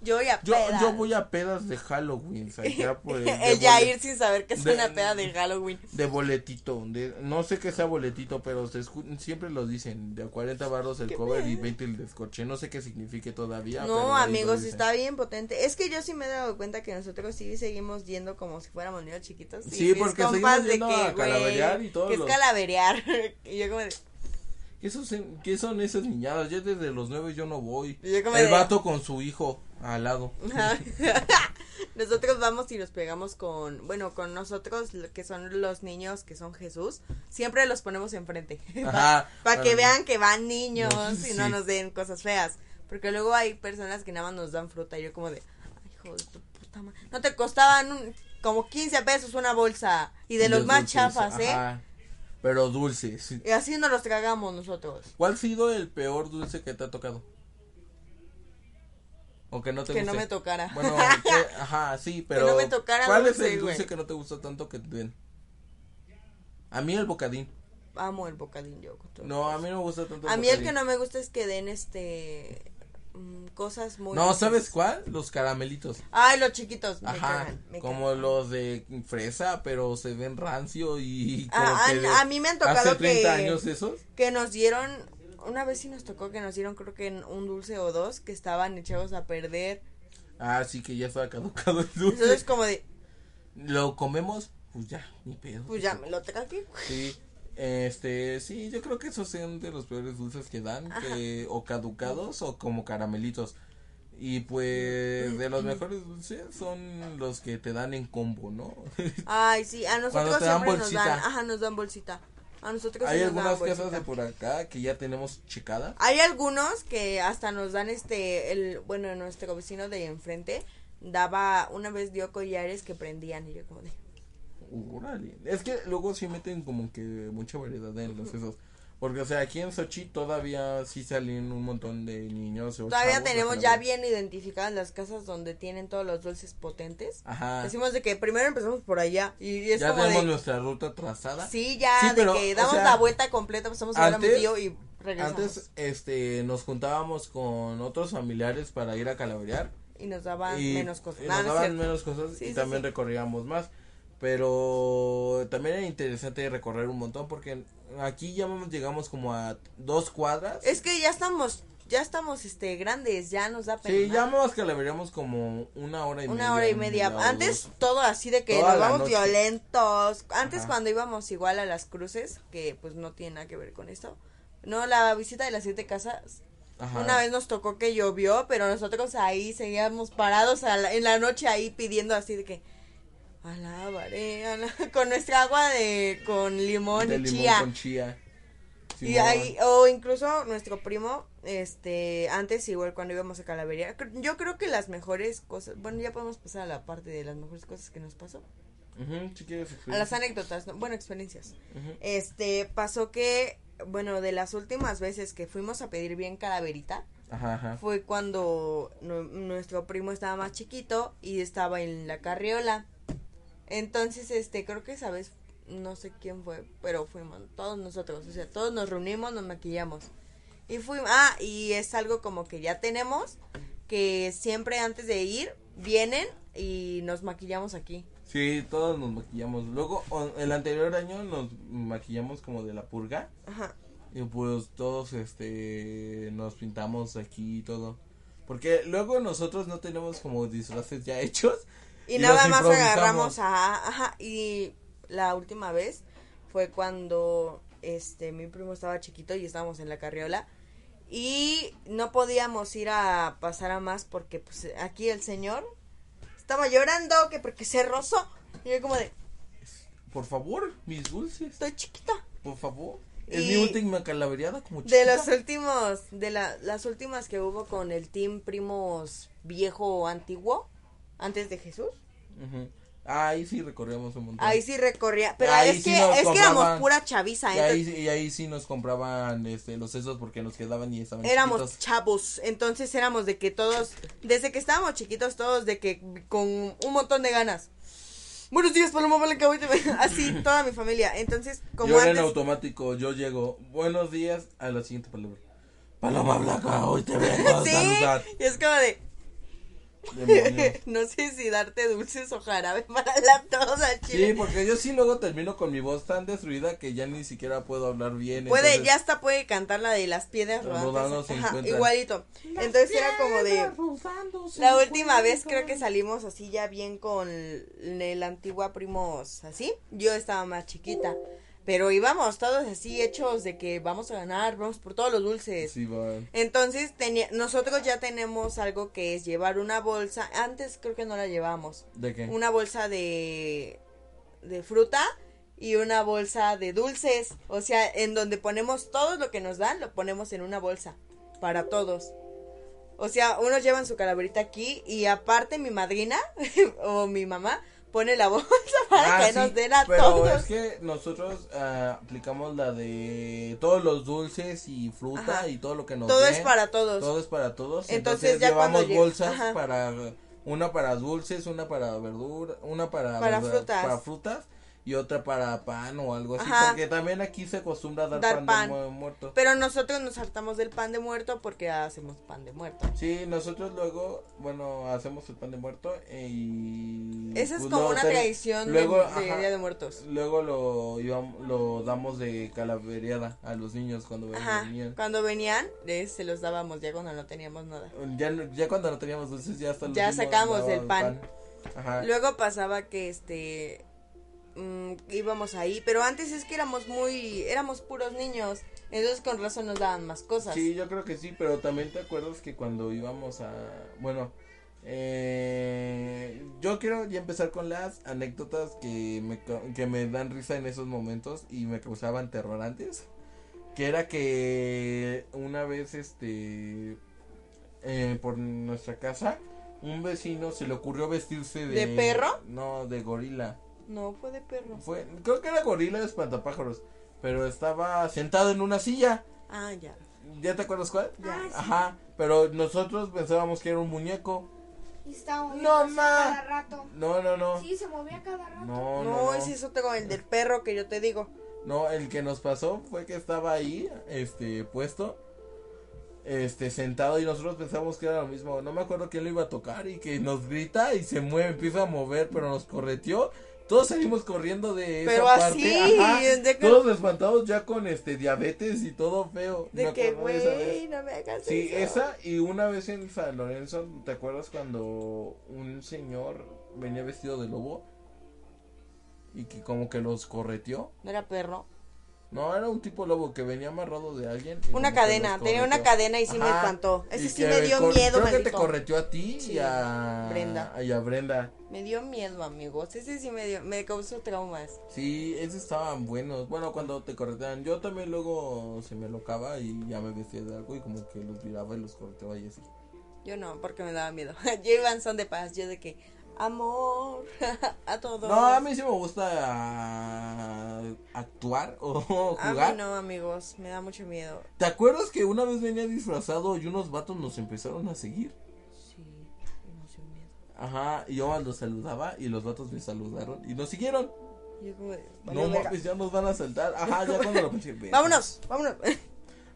S2: Yo ya
S1: Yo,
S2: peda.
S1: yo voy a pedas de Halloween. Allá por el, de
S2: El Jair
S1: bolet-
S2: sin saber que es
S1: de-
S2: una peda de Halloween.
S1: de boletito, de- no sé qué sea boletito, pero se escu- siempre lo dicen, de a 40 barros el cover y 20 el descorche, no sé qué signifique todavía. pero
S2: No,
S1: ahí lo
S2: amigos,
S1: dicen.
S2: está bien potente. Es que yo sí me he dado cuenta que nosotros sí seguimos yendo como si fuéramos niños chiquitos. y
S1: Sí,
S2: mis
S1: porque
S2: compas
S1: seguimos
S2: de
S1: yendo
S2: que,
S1: a
S2: güey,
S1: calaverear y todos
S2: que es
S1: los-
S2: calaverear. y yo como de,
S1: ¿Qué son, qué son esas niñadas? Yo desde los nueve yo no voy.
S2: Yo como
S1: el
S2: de-
S1: vato con su hijo. Al lado.
S2: Ajá. nosotros vamos y nos pegamos con, bueno, con nosotros, lo que son los niños que son Jesús, siempre los ponemos enfrente.
S1: Ajá,
S2: Para que
S1: para-
S2: vean que van niños
S1: No,
S2: y no
S1: sí.
S2: nos den cosas feas. Porque luego hay personas que nada más nos dan fruta y yo como de, ay, hijo de tu puta madre. No te costaban un- como 15 pesos una bolsa y de los
S1: Los
S2: más
S1: dulces,
S2: chafas, ¿eh?
S1: ajá. Pero dulces. sí.
S2: Y así nos los tragamos nosotros.
S1: ¿Cuál ha sido el peor dulce que te ha tocado? O que no te
S2: Que
S1: guste.
S2: no me tocara.
S1: Bueno, que- ajá, sí, pero.
S2: no me tocara
S1: ¿Cuál es
S2: dulce,
S1: el dulce
S2: güey.
S1: que no te gusta tanto que te den? A mí el bocadín.
S2: Amo el bocadín yo. con todo.
S1: No, a mí no me gusta tanto.
S2: A mí el que
S1: bocadín.
S2: no me gusta es que den este mm, cosas muy
S1: No,
S2: dulces.
S1: ¿sabes cuál? Los caramelitos.
S2: Ay, los chiquitos, me
S1: Ajá,
S2: cagan, me
S1: como
S2: cagan.
S1: los de fresa, pero se ven rancio y... como
S2: Ah,
S1: que
S2: a- a mí me han tocado
S1: ¿Hace 30
S2: que-
S1: años esos?
S2: que nos dieron una vez sí nos tocó que nos dieron creo que en un dulce o dos que estaban echados a perder.
S1: Ah, sí que ya estaba caducado el dulce.
S2: Entonces como de,
S1: ¿Lo comemos? Pues ya, ni pedo.
S2: pues ya me lo traje.
S1: Sí, este, sí, yo creo que esos son de los peores dulces que dan, que, o caducados o como caramelitos. Y pues de los mejores dulces son los que te dan en combo, ¿no?
S2: Ay, sí, a nosotros
S1: Cuando te dan
S2: siempre nos
S1: bolsita.
S2: dan, ajá, nos dan bolsita. A nosotros sí
S1: Hay
S2: nos
S1: algunas
S2: dan
S1: casas
S2: bolsita.
S1: de por acá que ya tenemos checada.
S2: Hay algunos que hasta nos dan este, el, bueno, nuestro vecino de enfrente daba, una vez dio collares que prendían y yo como de,
S1: Órale. Es que luego sí meten como que mucha variedad en los esos. Porque, o sea, aquí en Sochi todavía sí salen un montón de niños. o
S2: Todavía
S1: chavos,
S2: tenemos
S1: la
S2: ya
S1: verdad.
S2: bien identificadas las casas donde tienen todos los dulces potentes.
S1: Ajá.
S2: Decimos de que primero empezamos por allá y es
S1: ya
S2: como
S1: tenemos
S2: de...
S1: nuestra ruta trazada.
S2: Sí, ya,
S1: Sí,
S2: de
S1: pero,
S2: que
S1: o
S2: damos
S1: sea,
S2: la vuelta completa, pasamos a ver a mi
S1: antes-
S2: tío y regresamos.
S1: Antes, este, nos juntábamos con otros familiares para ir a calaverear.
S2: y nos daban
S1: y
S2: menos cosas.
S1: y
S2: Nada,
S1: nos
S2: no es
S1: daban
S2: cierto.
S1: menos cosas
S2: Sí,
S1: y
S2: sí,
S1: también
S2: sí.
S1: recorríamos más. Pero también era interesante recorrer un montón porque aquí ya vamos- llegamos como a dos cuadras.
S2: Es que ya estamos, ya estamos, este, grandes, ya nos da pena.
S1: Sí, ya nos calavereamos como una hora y media.
S2: Una hora y media.
S1: o
S2: Antes
S1: dos.
S2: todo así de que
S1: Toda
S2: nos
S1: la
S2: vamos
S1: noche.
S2: violentos. Antes
S1: Ajá.
S2: cuando íbamos igual a las cruces, que pues no tiene nada que ver con esto. No, la visita de las siete casas.
S1: Ajá.
S2: Una vez nos tocó que llovió, pero nosotros ahí seguíamos parados a la- en la noche ahí pidiendo así de que alabaré, ala- con nuestra agua de con limón
S1: De
S2: y
S1: limón
S2: chía.
S1: con chía.
S2: Y
S1: Simón.
S2: ahí, o incluso nuestro primo, este, antes igual cuando íbamos a Calaveria, cr- yo creo que las mejores cosas, bueno, ya podemos pasar a la parte de las mejores cosas que nos pasó,
S1: Ujú, si quieres,
S2: a las anécdotas, ¿no? bueno, experiencias.
S1: Ujú.
S2: Este, pasó que, bueno, de las últimas veces que fuimos a pedir bien Calaverita,
S1: Ajá, ajá.
S2: fue cuando nu- nuestro primo estaba más chiquito y estaba en la carriola. Entonces, este, creo que esa vez, no sé quién fue, pero fuimos todos nosotros, o sea, todos nos reunimos, nos maquillamos. Y fuimos, ah, y es algo como que ya tenemos, que siempre antes de ir, vienen y nos maquillamos aquí.
S1: Sí, todos nos maquillamos. Luego, o- el anterior año nos maquillamos como de la purga.
S2: Ajá.
S1: Y pues todos este nos pintamos aquí y todo. Porque luego nosotros no tenemos como disfraces ya hechos.
S2: Y,
S1: Y
S2: nada
S1: los
S2: más
S1: improvisamos.
S2: agarramos a, ajá, y la última vez fue cuando este mi primo estaba chiquito y estábamos en la carriola y no podíamos ir a pasar a más porque pues aquí el señor estaba llorando que porque se rozó y yo como de
S1: Por favor, mis dulces.
S2: estoy chiquita
S1: Por favor. Es
S2: Y-
S1: mi última calavereada como chiquita.
S2: de los últimos de la- las últimas que hubo con el team primos viejo antiguo antes de Jesús
S1: Ujú. Ahí sí recorremos un montón.
S2: ahí sí recorría pero
S1: Ahí
S2: es
S1: sí
S2: que
S1: nos
S2: es que
S1: cobraban.
S2: éramos pura chaviza ¿eh?
S1: y,
S2: entonces-
S1: ahí, y ahí sí nos compraban este, los sesos porque nos quedaban y estaban
S2: éramos
S1: chiquitos.
S2: chavos, entonces éramos de que todos, desde que estábamos chiquitos, todos de que con un montón de ganas. Buenos días, Paloma Blanca, hoy te veo". así toda mi familia. Entonces, como
S1: yo era en
S2: antes,
S1: automático, yo llego, buenos días, a la siguiente palabra. Paloma Blanca, hoy te vengo a
S2: sí,
S1: saludar.
S2: y es como de,
S1: Demonios.
S2: no sé si darte dulces o jarabe para la tos al chile.
S1: Sí, porque yo sí luego termino con mi voz tan destruida que ya ni siquiera puedo hablar bien.
S2: puede,
S1: entonces,
S2: ya hasta puede cantar la de las piedras
S1: Rodando
S2: rodantes.
S1: se
S2: Ajá,
S1: encuentran.
S2: igualito. Entonces era como de, La última vez creo que salimos así ya bien con el antigua primos así. Yo estaba más chiquita. Pero íbamos todos así hechos de que vamos a ganar, vamos por todos los dulces.
S1: Sí, van.
S2: Entonces, tenía- nosotros ya tenemos algo que es llevar una bolsa. Antes creo que no la llevamos.
S1: ¿De qué?
S2: Una bolsa de, de fruta y una bolsa de dulces. O sea, en donde ponemos todo lo que nos dan, lo ponemos en una bolsa. Para todos. O sea, unos llevan su calaverita aquí y aparte mi madrina o mi mamá pone la bolsa para
S1: Ah,
S2: que
S1: sí,
S2: nos den a
S1: pero
S2: todos.
S1: es que nosotros ah, aplicamos la de todos los dulces y fruta
S2: Ajá.
S1: y todo lo que nos
S2: Todo
S1: den,
S2: es para todos.
S1: Todo es para todos. Entonces,
S2: Entonces, ya cuando
S1: llevamos
S2: lleg-
S1: bolsas
S2: ajá.
S1: para una para dulces, una para verdura, una para
S2: Para
S1: verdu-
S2: frutas.
S1: para frutas y otra para pan o algo así,
S2: Ajá.
S1: porque también aquí se acostumbra a dar,
S2: Dar
S1: pan,
S2: pan.
S1: de mu- muerto.
S2: Pero nosotros nos hartamos del pan de muerto porque hacemos pan de muerto.
S1: Sí, nosotros luego, bueno, hacemos el pan de muerto y...
S2: Esa es
S1: pues,
S2: como
S1: lo
S2: una
S1: hacemos-
S2: tradición
S1: luego,
S2: de, de
S1: ajá,
S2: Día de Muertos.
S1: Luego lo, íbam- lo damos de calavereada a los niños cuando
S2: Ajá.
S1: venían.
S2: Cuando venían, eh, se los dábamos ya cuando no teníamos nada.
S1: Ya, no- ya cuando no teníamos dulces ya hasta los
S2: Ya
S1: niños
S2: sacamos
S1: daban
S2: el pan.
S1: Ajá.
S2: Luego pasaba que este mm, íbamos ahí, pero antes es que éramos muy, éramos puros niños, entonces con razón nos daban más cosas.
S1: Sí, yo creo que sí, pero también te acuerdas que cuando íbamos a... Bueno, eh, yo quiero ya empezar con las anécdotas que me, ca- que me dan risa en esos momentos y me causaban terror antes. Que era que una vez, este, eh, por nuestra casa, un vecino se le ocurrió vestirse de...
S2: ¿De perro?
S1: No, de gorila.
S2: No fue de perro.
S1: Fue, creo que era gorila de espantapájaros, pero estaba sentado en una silla.
S2: Ah, ya.
S1: ¿Ya te acuerdas cuál?
S3: Ya. Ah, sí.
S1: Ajá, pero nosotros pensábamos que era un muñeco.
S3: Y estaba moviendo
S1: No,
S3: así
S1: ma.
S3: cada rato.
S1: No, no, no.
S3: Sí, se movía cada rato.
S1: No, no,
S2: No,
S1: no.
S2: ese es otro, el del perro que yo te digo.
S1: No, el que nos pasó fue que estaba ahí, este, puesto, este, sentado y nosotros pensábamos que era lo mismo. No me acuerdo quién lo iba a tocar y que nos grita y se mueve, empieza a mover, pero nos correteó. Todos salimos corriendo de esa
S2: Pero
S1: parte.
S2: así,
S1: ajá.
S2: de que-
S1: Todos espantados ya con este diabetes y todo feo.
S2: De
S1: Me
S2: que,
S1: acuerdo esa vez.
S2: güey, no me hagas
S1: Sí,
S2: eso".
S1: esa y una vez en San Lorenzo, ¿te acuerdas cuando un señor venía vestido de lobo? Y que como que los correteó.
S2: No era perro.
S1: No, era un tipo lobo que venía amarrado de alguien. y como
S2: Una
S1: que
S2: cadena,
S1: los
S2: tenía una
S1: correteó.
S2: cadena y sí me
S1: Ajá,
S2: espantó.
S1: y
S2: Ese sí
S1: que
S2: me dio
S1: cor-
S2: miedo,
S1: Creo que te
S2: maldito.
S1: correteó a ti
S2: Sí,
S1: y a
S2: Brenda.
S1: Y a Brenda.
S2: Me dio miedo, amigos. Ese sí me dio, me causó traumas.
S1: Sí, esos estaban buenos. Bueno, cuando te corretean, yo también luego se me locaba y ya me vestía de algo y como que los miraba y los correteaba y así.
S2: Yo no, porque me daba miedo. Yo iba en son de paz, yo de que amor a todos.
S1: No, a mí sí me gusta ah, actuar o
S2: A mí
S1: jugar.
S2: no, amigos, me da mucho miedo.
S1: ¿Te acuerdas que una vez venía disfrazado y unos vatos nos empezaron a seguir?
S2: Sí, no sé miedo.
S1: Ajá, y yo los saludaba y los vatos me saludaron y nos siguieron.
S2: Yo como de,
S1: no
S2: "Vale, verga".
S1: mames, ya nos van a saltar. Ajá, ya cuando lo pensé. "Verga".
S2: Vámonos, vámonos.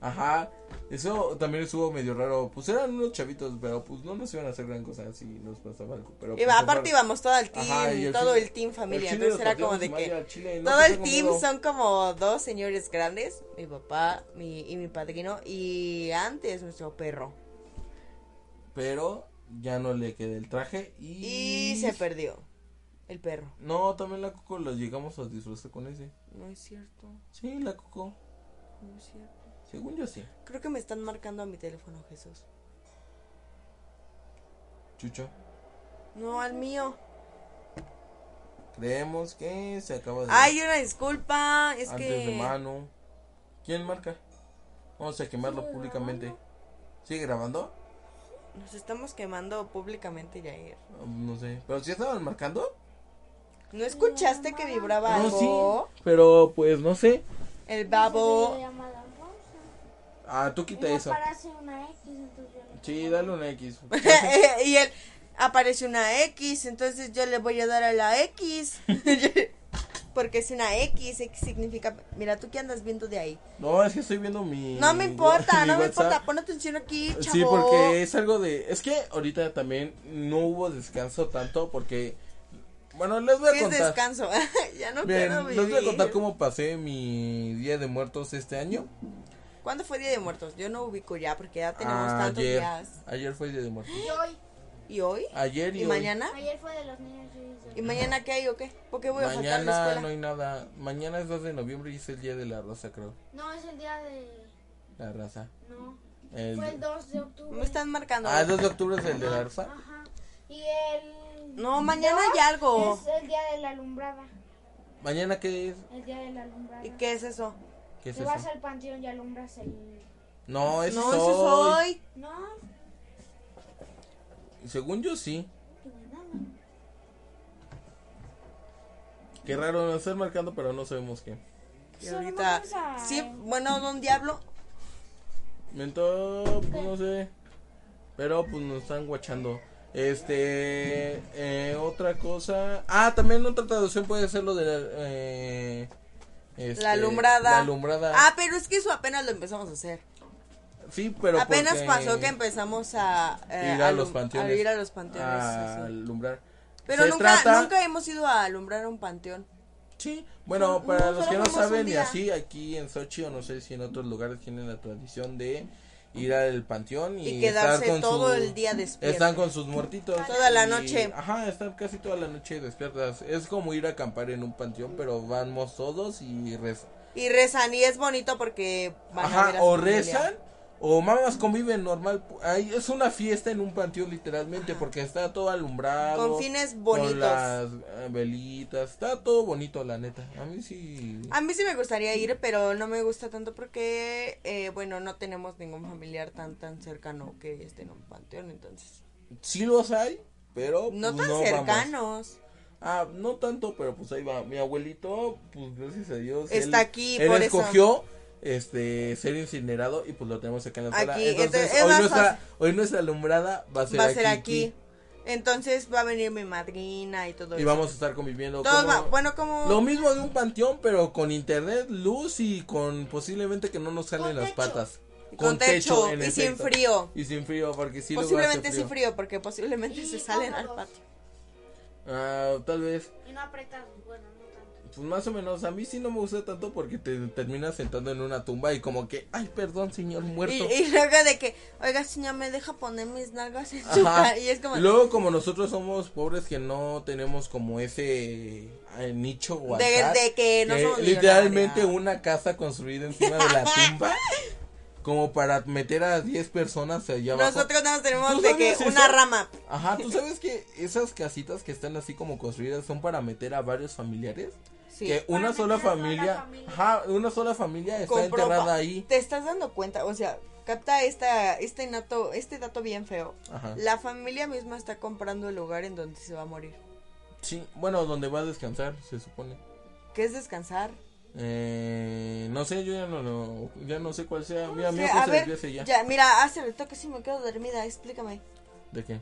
S1: Ajá, eso también estuvo medio raro. Pues eran unos chavitos, pero pues no nos iban a hacer gran cosa si nos pasaba algo. Pero
S2: Iba-
S1: pues,
S2: aparte
S1: raro.
S2: íbamos todo el team,
S1: Ajá, y
S2: todo
S1: chile-
S2: el team familia.
S1: el chile
S2: Entonces
S1: nos
S2: era como
S1: partíamos
S2: de
S1: su
S2: que
S1: madre al chile, no
S2: Todo
S1: te
S2: el
S1: tengo
S2: team
S1: miedo.
S2: son como dos señores grandes, mi papá mi, y mi padrino, y antes nuestro perro.
S1: Pero ya no le quedé el traje y...
S2: Y se perdió el perro.
S1: No, también la Coco lo llegamos a disfrazar con ese.
S2: No es cierto,
S1: Sí, la Coco.
S2: no es cierto.
S1: Según yo sí.
S2: Creo que me están marcando a mi teléfono, Jesús.
S1: Chucho.
S2: No, al mío.
S1: Creemos que se acaba de.
S2: Ay, una disculpa, es
S1: Pues, antes
S2: que...
S1: de mano. ¿Quién marca? Vamos a quemarlo públicamente. ¿Sigue grabando?
S2: Nos estamos quemando públicamente, Jair.
S1: Ah, No sé. ¿Pero si estaban marcando?
S2: ¿No escuchaste que vibraba
S1: no,
S2: algo?
S1: sí. Pero pues no sé.
S2: El
S3: Entonces
S2: babo.
S3: ella llamaba Rosa.
S1: Ah, tú quita
S3: Y
S1: eso.
S3: aparece una X, entonces yo no-
S1: Sí, dale una X.
S2: y él aparece una X, entonces yo le voy a dar a la X. Porque es una X, X significa... Mira, ¿tú qué andas viendo de ahí?
S1: No, es que estoy viendo mi.
S2: No me importa,
S1: mi
S2: no me
S1: Mm, WhatsApp.
S2: importa, pon atención aquí, chavo.
S1: Sí, porque es algo de... Es que ahorita también no hubo descanso tanto porque... Bueno, les voy a
S2: ¿Qué es
S1: contar...
S2: descanso? ya no
S1: Bien,
S2: quiero vivir.
S1: les voy a contar cómo pasé mi Día de Muertos este año.
S2: ¿Cuándo fue Día de Muertos? Yo no ubico ya porque ya tenemos tantos
S1: Ah, ayer,
S2: días.
S1: ayer fue Día de Muertos.
S3: Y hoy,
S2: ¿Y hoy?
S1: Ayer y,
S2: ¿Y
S1: hoy.
S2: mañana?
S3: Ayer fue de los niños. Jesús.
S2: ¿Y mañana qué hay o qué? ¿Por qué voy a faltar a la
S1: Mañana
S2: escuela?
S1: no hay nada. Mañana es 2 de noviembre y es el día de la raza, creo.
S3: No, es el día de.
S1: La raza.
S3: No.
S1: El-
S3: Fue el 2 de octubre.
S2: Me están marcando.
S1: Ah, el 2 de octubre es el de la raza.
S3: Ajá. Y el.
S2: No, mañana hay algo.
S3: Es el día de la alumbrada.
S1: Mañana qué es?
S3: El día de la alumbrada.
S2: ¿Y qué es eso?
S1: ¿Qué es
S3: Tú
S1: eso?
S3: vas al panteón y alumbras el.
S1: No, es
S2: No,
S1: hoy.
S2: eso es hoy.
S3: No,
S1: Según yo sí.
S3: que pues nada.
S1: Qué raro nos están marcando, pero no sabemos qué.
S2: Y
S3: Solo
S2: ahorita.
S3: vamos a-
S2: Sí, bueno, don Diablo.
S1: Mentó, pues, no sé. Pero pues nos están guachando. Este, eh, otra cosa. Ah, también otra traducción puede ser lo de la. eh, este,
S2: La alumbrada.
S1: La alumbrada.
S2: Ah, pero es que eso apenas lo empezamos a hacer.
S1: sí, pero.
S2: apenas
S1: porque-
S2: pasó que empezamos a, eh,
S1: ir a
S2: alum-
S1: los panteones.
S2: a ir a los panteones.
S1: a
S2: sí, sí.
S1: alumbrar.
S2: Pero
S1: Se
S2: nunca,
S1: trata-
S2: nunca hemos ido a alumbrar un panteón.
S1: Sí, bueno, para
S2: no,
S1: los que
S2: solo
S1: no
S2: fuimos un
S1: saben, y
S2: día.
S1: así aquí en Sochi o no sé si en otros lugares tienen la tradición de ir al panteón y,
S2: Y quedarse
S1: estar con
S2: todo
S1: su-
S2: el día despierto.
S1: Están con sus muertitos.
S2: Toda la
S1: y-
S2: noche.
S1: Ajá, están casi toda la noche despiertas. Es como ir a acampar en un panteón, pero vamos todos y rezan.
S2: Y rezan y es bonito porque van a ver a
S1: Ajá,
S2: su
S1: o
S2: familia.
S1: rezan o mamás conviven normal. Ahí es una fiesta en un panteón literalmente porque está todo alumbrado.
S2: Con fines
S1: Con
S2: bonitos.
S1: las eh, velitas, está todo bonito la neta. A mí sí.
S2: A mí sí me gustaría ir, pero no me gusta tanto porque, eh, bueno, no tenemos ningún familiar tan tan cercano que esté en un panteón, entonces.
S1: Sí los hay, pero
S2: No
S1: pues,
S2: tan
S1: vamos.
S2: cercanos.
S1: Ah, no tanto, pero pues ahí va. Mi abuelito, pues gracias a Dios.
S2: Está
S1: él-
S2: aquí,
S1: él
S2: por eso.
S1: escogió este ser incinerado y pues lo tenemos acá en la sala.
S2: Aquí,
S1: Entonces,
S2: entonces, es
S1: hoy,
S2: más
S1: nuestra,
S2: fácil.
S1: hoy nuestra alumbrada va a ser,
S2: Va a
S1: aquí,
S2: ser aquí. Entonces va a venir mi madrina y todo
S1: Y
S2: eso.
S1: vamos a estar conviviendo
S2: Todos
S1: como-
S2: va- bueno, como
S1: Lo mismo de un panteón, pero con internet, luz y con posiblemente que no nos salen
S3: Con
S1: las
S3: techo.
S1: patas.
S2: Y con techo, y sin frío.
S1: Y sin frío, porque sí luego hace
S2: posiblemente sí frío, porque posiblemente
S3: Y
S2: se salen al
S3: cómodos.
S2: patio.
S1: Ah, tal vez.
S3: Y no apretas, bueno, no tanto.
S1: Pues más o menos, a mí sí no me gusta tanto porque te terminas sentando en una tumba y como que, ay, perdón, señor muerto.
S2: Y, y luego de que, oiga, señor, me deja poner mis nalgas en su
S1: Ajá.
S2: ca-?" Y es como,
S1: Luego, como nosotros somos pobres que no tenemos como ese eh, nicho o
S2: De-
S1: altar, eh,
S2: de que no somos
S1: literalmente
S2: millonarios.
S1: una casa construida encima de la tumba como para meter a 10 personas allá abajo.
S2: nosotros nada más
S1: ¿Tú
S2: tenemos de que
S1: sabes eso?
S2: una rama.
S1: Ajá, ¿tú sabes que esas casitas que están así como construidas son para meter a varios familiares?
S2: Sí.
S1: Que una
S3: Para
S1: sola
S3: meter a toda la
S1: familia,
S3: familia.
S1: ajá, una sola familia está
S2: Comproba.
S1: enterrada ahí.
S2: ¿Te estás dando cuenta? O sea, capta esta, este, nato, este dato bien feo.
S1: Ajá.
S2: La familia misma está comprando el lugar en donde se va a morir.
S1: Sí, bueno, donde va a descansar, se supone.
S2: ¿Qué es descansar?
S1: Eh, no sé, yo ya no, lo- ya no sé cuál sea. Mira, mi
S2: O sea,
S1: ojo
S2: a
S1: se
S2: ver,
S1: desvió hacia allá.
S2: mira, hace rato que sí me quedo dormida, explícame.
S1: ¿De qué?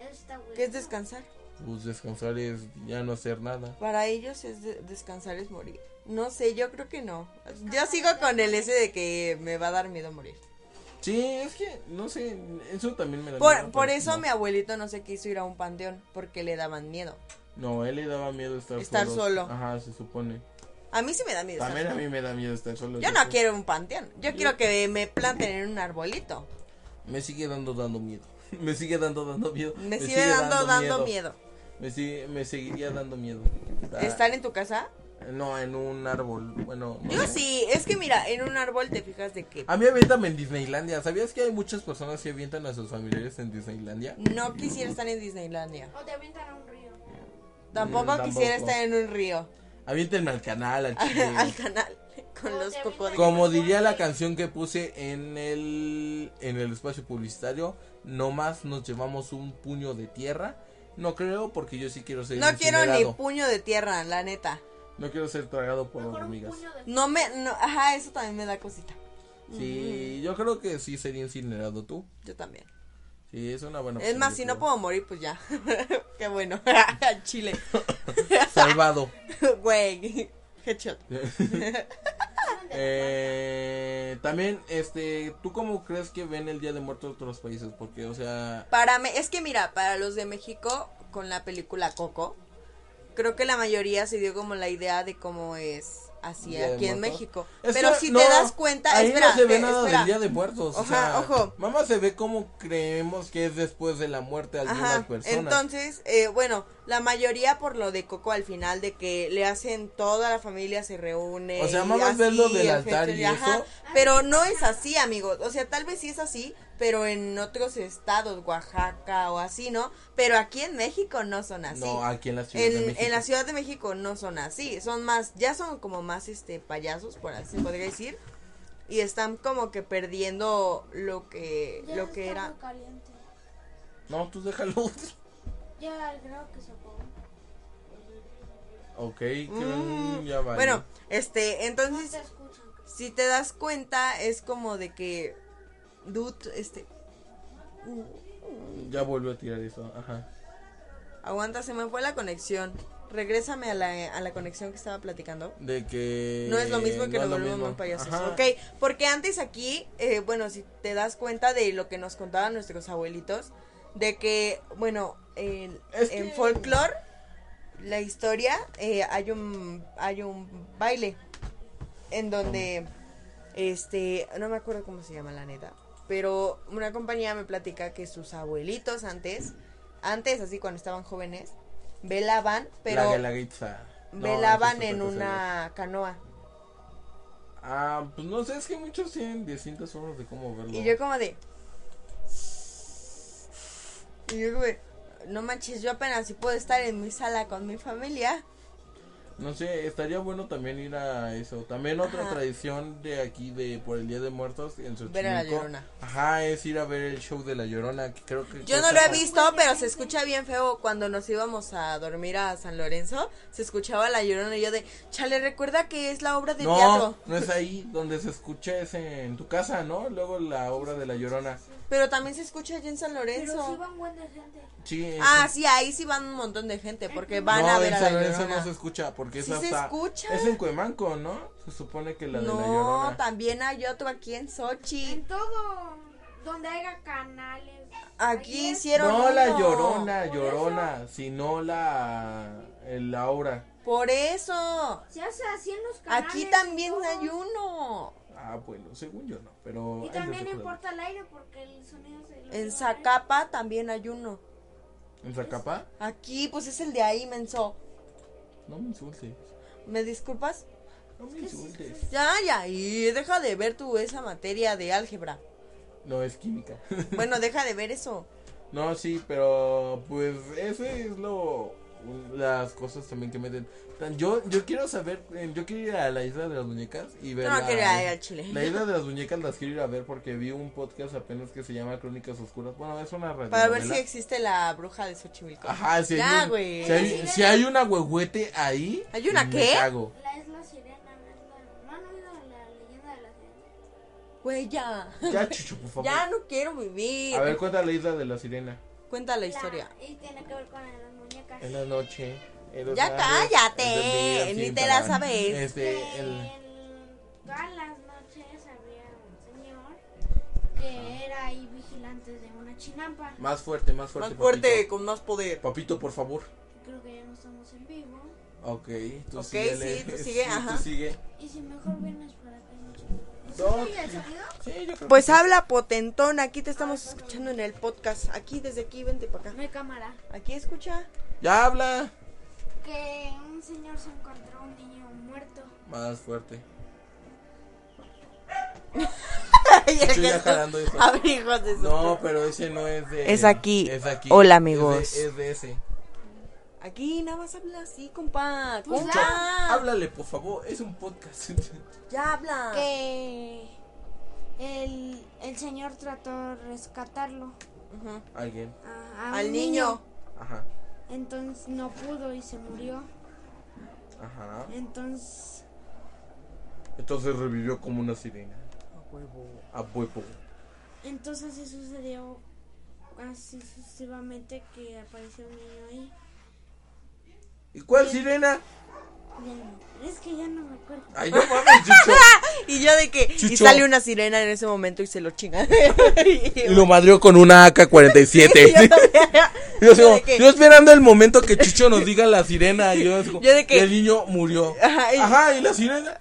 S3: Eso está bueno.
S2: ¿Qué es descansar?
S1: Pues descansar es ya no hacer nada.
S2: Para ellos es de- descansar es morir. No sé, yo creo que no. Yo sigo con el ese de que me va a dar miedo morir.
S1: Sí, es que, no sé, eso también me da
S2: Por,
S1: miedo,
S2: por
S1: pero
S2: eso
S1: no.
S2: mi abuelito no se quiso ir a un panteón, porque le daban miedo.
S1: No, él le daba miedo estar,
S2: Estar solo.
S1: Ajá, se supone.
S2: A mí sí me da miedo. estar
S1: También pues, a
S2: sola.
S1: mí me da miedo estar solo.
S2: Yo no
S1: creo.
S2: quiero un panteón. Yo quiero que me planten en un arbolito.
S1: Me sigue dando, dando miedo. Me sigue dando, dando miedo.
S2: Me, sigue, dando, dando miedo.
S1: Me, sigue, me seguiría dando miedo. Ah,
S2: ¿Estar en tu casa?
S1: No, en un árbol. Bueno, no
S2: Yo
S1: sé.
S2: sí. Es que mira, en un árbol te fijas de que
S1: A mí aviéntame en Disneylandia. ¿Sabías que hay muchas personas que avientan a sus familiares en Disneylandia?
S2: no quisiera estar en Disneylandia.
S3: O te avientan a un río.
S2: Tampoco,
S1: Mm, tampoco.
S2: quisiera estar en un río.
S1: Aviéntenme al canal, al chile.
S2: Al canal. Con los
S3: Obviamente.
S2: cocodrilos.
S1: Como diría la canción que puse en el, en el espacio publicitario, nomás nos llevamos un puño de tierra. No creo, porque yo sí quiero ser
S2: No quiero ni
S1: incinerado.
S2: puño de tierra, la neta.
S1: No quiero ser tragado por
S3: Mejor un
S1: hormigas.
S3: puño de.
S2: No me. No, ajá, eso también me da cosita.
S1: Sí, yo creo que sí sería incinerado tú.
S2: Yo también.
S1: Sí, es una buena
S2: es
S1: opción,
S2: más,
S1: yo
S2: si no
S1: creo.
S2: puedo morir, pues ya. Qué bueno. Chile.
S1: Salvado.
S2: Güey. Headshot.
S1: Eh, también, este, ¿tú cómo crees que ven el Día de Muertos otros países? Porque, o sea,
S2: Para me, es que mira, para los de México, con la película Coco, creo que la mayoría se dio como la idea de cómo es así
S1: Día de
S2: aquí en
S1: Muertos.
S2: México.
S1: Es
S2: Pero
S1: que
S2: si
S1: no,
S2: te das cuenta,
S1: ahí
S2: espera,
S1: no se ve
S2: te-
S1: nada
S2: espera.
S1: del Día de Muertos. o
S2: Ajá,
S1: sea,
S2: ojo.
S1: Mamá se ve como creemos que es después de la muerte de algunas
S2: Ajá,
S1: personas.
S2: entonces, eh, bueno, la mayoría por lo de Coco al final, de que le hacen toda la familia se reúne.
S1: O sea,
S2: y
S1: nada más ver lo del
S2: el
S1: altar y
S2: festival,
S1: eso.
S2: Pero no es así, amigos. O sea, tal vez sí es así, pero en otros estados, Oaxaca o así, ¿no? Pero aquí en México no son así.
S1: no, aquí en la Ciudad de
S2: en,
S1: México.
S2: en la Ciudad de México no son así, son más, ya son como más este payasos, por así se podría decir, y están como que perdiendo lo que
S3: Ya
S2: lo que
S3: está
S2: era.
S3: muy caliente.
S1: No, tú déjalo.
S3: Ya al grado que se apagó.
S1: ok, que-
S2: Mm,
S1: ya va.
S2: Bueno, este,
S3: No
S2: entonces
S3: te escuchan.
S2: si te das cuenta es como de que dude, este,
S1: Ya vuelvo a tirar eso. Ajá.
S2: aguanta, se me fue la conexión. Regrésame a la, a la conexión que estaba platicando.
S1: De que.
S2: No es lo mismo que
S1: Eh, no
S2: nos
S1: es lo
S2: volvemos
S1: mismo.
S2: muy payasos.
S1: Ajá.
S2: Ok, porque antes aquí, eh, bueno, si te das cuenta de lo que nos contaban nuestros abuelitos, de que, bueno, en-
S1: Es
S2: en
S1: que-
S2: folclore, la historia, eh, hay, un, hay un baile en donde, este, no me acuerdo cómo se llama la neta, pero una compañía me platica que sus abuelitos antes, antes así cuando estaban jóvenes, velaban, pero
S1: La Guelaguetza. No,
S2: velaban
S1: eso es
S2: en
S1: otra cosa,
S2: una canoa.
S1: güey. Ah, pues no sé, es que muchos tienen distintas formas de cómo verlo.
S2: Y yo como de... Y yo como de... No manches, yo apenas si puedo estar en mi sala con mi familia.
S1: No sé, estaría bueno también ir a eso. También otra
S2: Ajá.
S1: tradición de aquí de por el Día de Muertos en Xochimilco.
S2: Ver a La Llorona.
S1: Ajá, es ir a ver el show de La Llorona, que creo que
S2: Yo no
S1: cuesta
S2: lo he
S1: como-
S2: visto, pero se escucha bien feo cuando nos íbamos a dormir a San Lorenzo. Se escuchaba la llorona y yo de... Chale, recuerda que es la obra de
S1: No,
S2: teatro.
S1: no es ahí donde se escucha, es en tu casa, ¿no? Luego la obra de La Llorona.
S2: Pero también se escucha allá en San
S3: Pero sí
S2: Lorenzo.
S3: va un buen de gente.
S1: Sí. es-
S2: Ah, sí, ahí sí van un montón de gente porque van
S1: no,
S2: a ver
S1: en
S2: a la
S1: San Lorenzo
S2: llorona.
S1: no se escucha porque es
S2: Sí se
S1: hasta-
S2: escucha.
S1: Es en Cuemanco, ¿no? Se supone que la de La
S2: No,
S1: Llorona.
S2: también hay otro aquí en Sochi.
S3: En todo donde haya canales.
S2: Aquí
S3: Ahí es-
S2: hicieron
S1: no la
S2: uno.
S1: Llorona,
S3: Por
S1: Llorona, sino la el- la obra.
S2: Por eso.
S3: Se hace así en los canales.
S2: Aquí también
S3: y todo.
S2: hay uno.
S1: Ah, bueno, según yo no, pero ay,
S3: Y
S1: no
S3: también
S1: recuerdo.
S3: importa el aire porque el sonido se. lo
S2: En
S3: lleva el
S2: Zacapa también hay uno.
S1: ¿En Zacapa?
S2: Aquí, pues es el de ahí, menso.
S1: No me insultes.
S2: ¿Me disculpas?
S1: No me insultes.
S2: Ya, ya, y deja de ver tú esa materia de álgebra.
S1: No, es química.
S2: Bueno, deja de ver eso.
S1: no, sí, pero pues ese es lo un- las cosas también que meten. Tan- Yo yo quiero saber, eh, yo quiero ir a la isla de las muñecas y ver
S2: No,
S1: la,
S2: quería ir al Chile.
S1: La isla de las muñecas las quiero ir a ver porque vi un podcast apenas que se llama Crónicas Oscuras. Bueno, es una radio.
S2: Para ver si existe la bruja de Xochimilco.
S1: Ajá, si
S2: Ya,
S1: hay, un,
S2: güey.
S1: si, hay, si hay una huehuete ahí.
S2: ¿Hay una
S1: me
S2: qué?
S1: cago.
S3: La isla sirena. la isla- ¿No han oído la leyenda de la sirena?
S2: Güey, ya.
S1: Ya, chucho, por favor.
S2: Ya no quiero vivir.
S1: A ver, cuenta la isla de la sirena.
S2: Cuenta la historia.
S3: Y tiene que ver con las muñecas.
S1: En la noche. eros
S2: Ya
S1: grandes,
S2: cállate,
S1: el del día,
S2: ni
S1: fin,
S2: te la
S1: tarán.
S2: sabes.
S1: Este, el-
S3: En todas las noches había un señor que era ahí vigilante de una chinampa.
S1: Más fuerte, más fuerte.
S2: Más fuerte,
S1: Papito.
S2: con más poder.
S1: Papito, por favor.
S3: Creo que ya no estamos en vivo.
S1: Ok, tú
S2: Ok,
S1: síguele.
S2: sí, tú sigue, ajá.
S1: tú sigue.
S3: Y si mejor vienes para acá. no sé.
S1: No,
S3: ¿Y el sonido?
S1: sí, yo creo
S2: Pues habla potentón, aquí te estamos escuchando en el podcast. Aquí, desde aquí, vente para acá.
S3: No hay cámara.
S2: Aquí escucha.
S1: Ya habla.
S3: Que un señor se encontró a un niño muerto.
S1: Más fuerte.
S2: Y el
S1: Estoy ya
S2: gesto.
S1: jalando eso.
S2: A ver, hijos de su-
S1: No, pero ese no es de.
S2: Es aquí.
S1: Es aquí.
S2: Hola,
S1: Es de-
S2: amigos.
S1: Es de, ese.
S2: Aquí nada más habla así, compa.
S3: Pues
S2: Compa.
S3: ya.
S1: Háblale, por favor. Es un podcast.
S2: Ya habla.
S3: Ah. Que el, el señor trató de rescatarlo.
S2: Ujú.
S1: Alguien.
S3: a- a
S2: Al
S3: un
S2: niño.
S1: Ajá.
S3: Entonces no pudo y se murió.
S1: Ajá.
S3: Entonces
S1: Entonces revivió como una sirena. A huevo.
S3: Entonces así sucedió así sucesivamente que apareció un niño ahí.
S1: ¿Y cuál sirena?
S3: del- Es que ya no me acuerdo.
S1: Ay, no mames, Chicho.
S2: Y yo de que. Y
S1: Chicho.
S2: sale una sirena en ese momento y se lo chinga.
S1: Y lo madrió con una AK-47. Yo, así como,
S2: de que-
S1: yo esperando el momento que Chicho nos diga la sirena. Y yo, así como,
S2: Yo de que-
S1: y el niño murió.
S2: Ajá,
S1: Ajá,
S2: y-
S1: y, la sirena.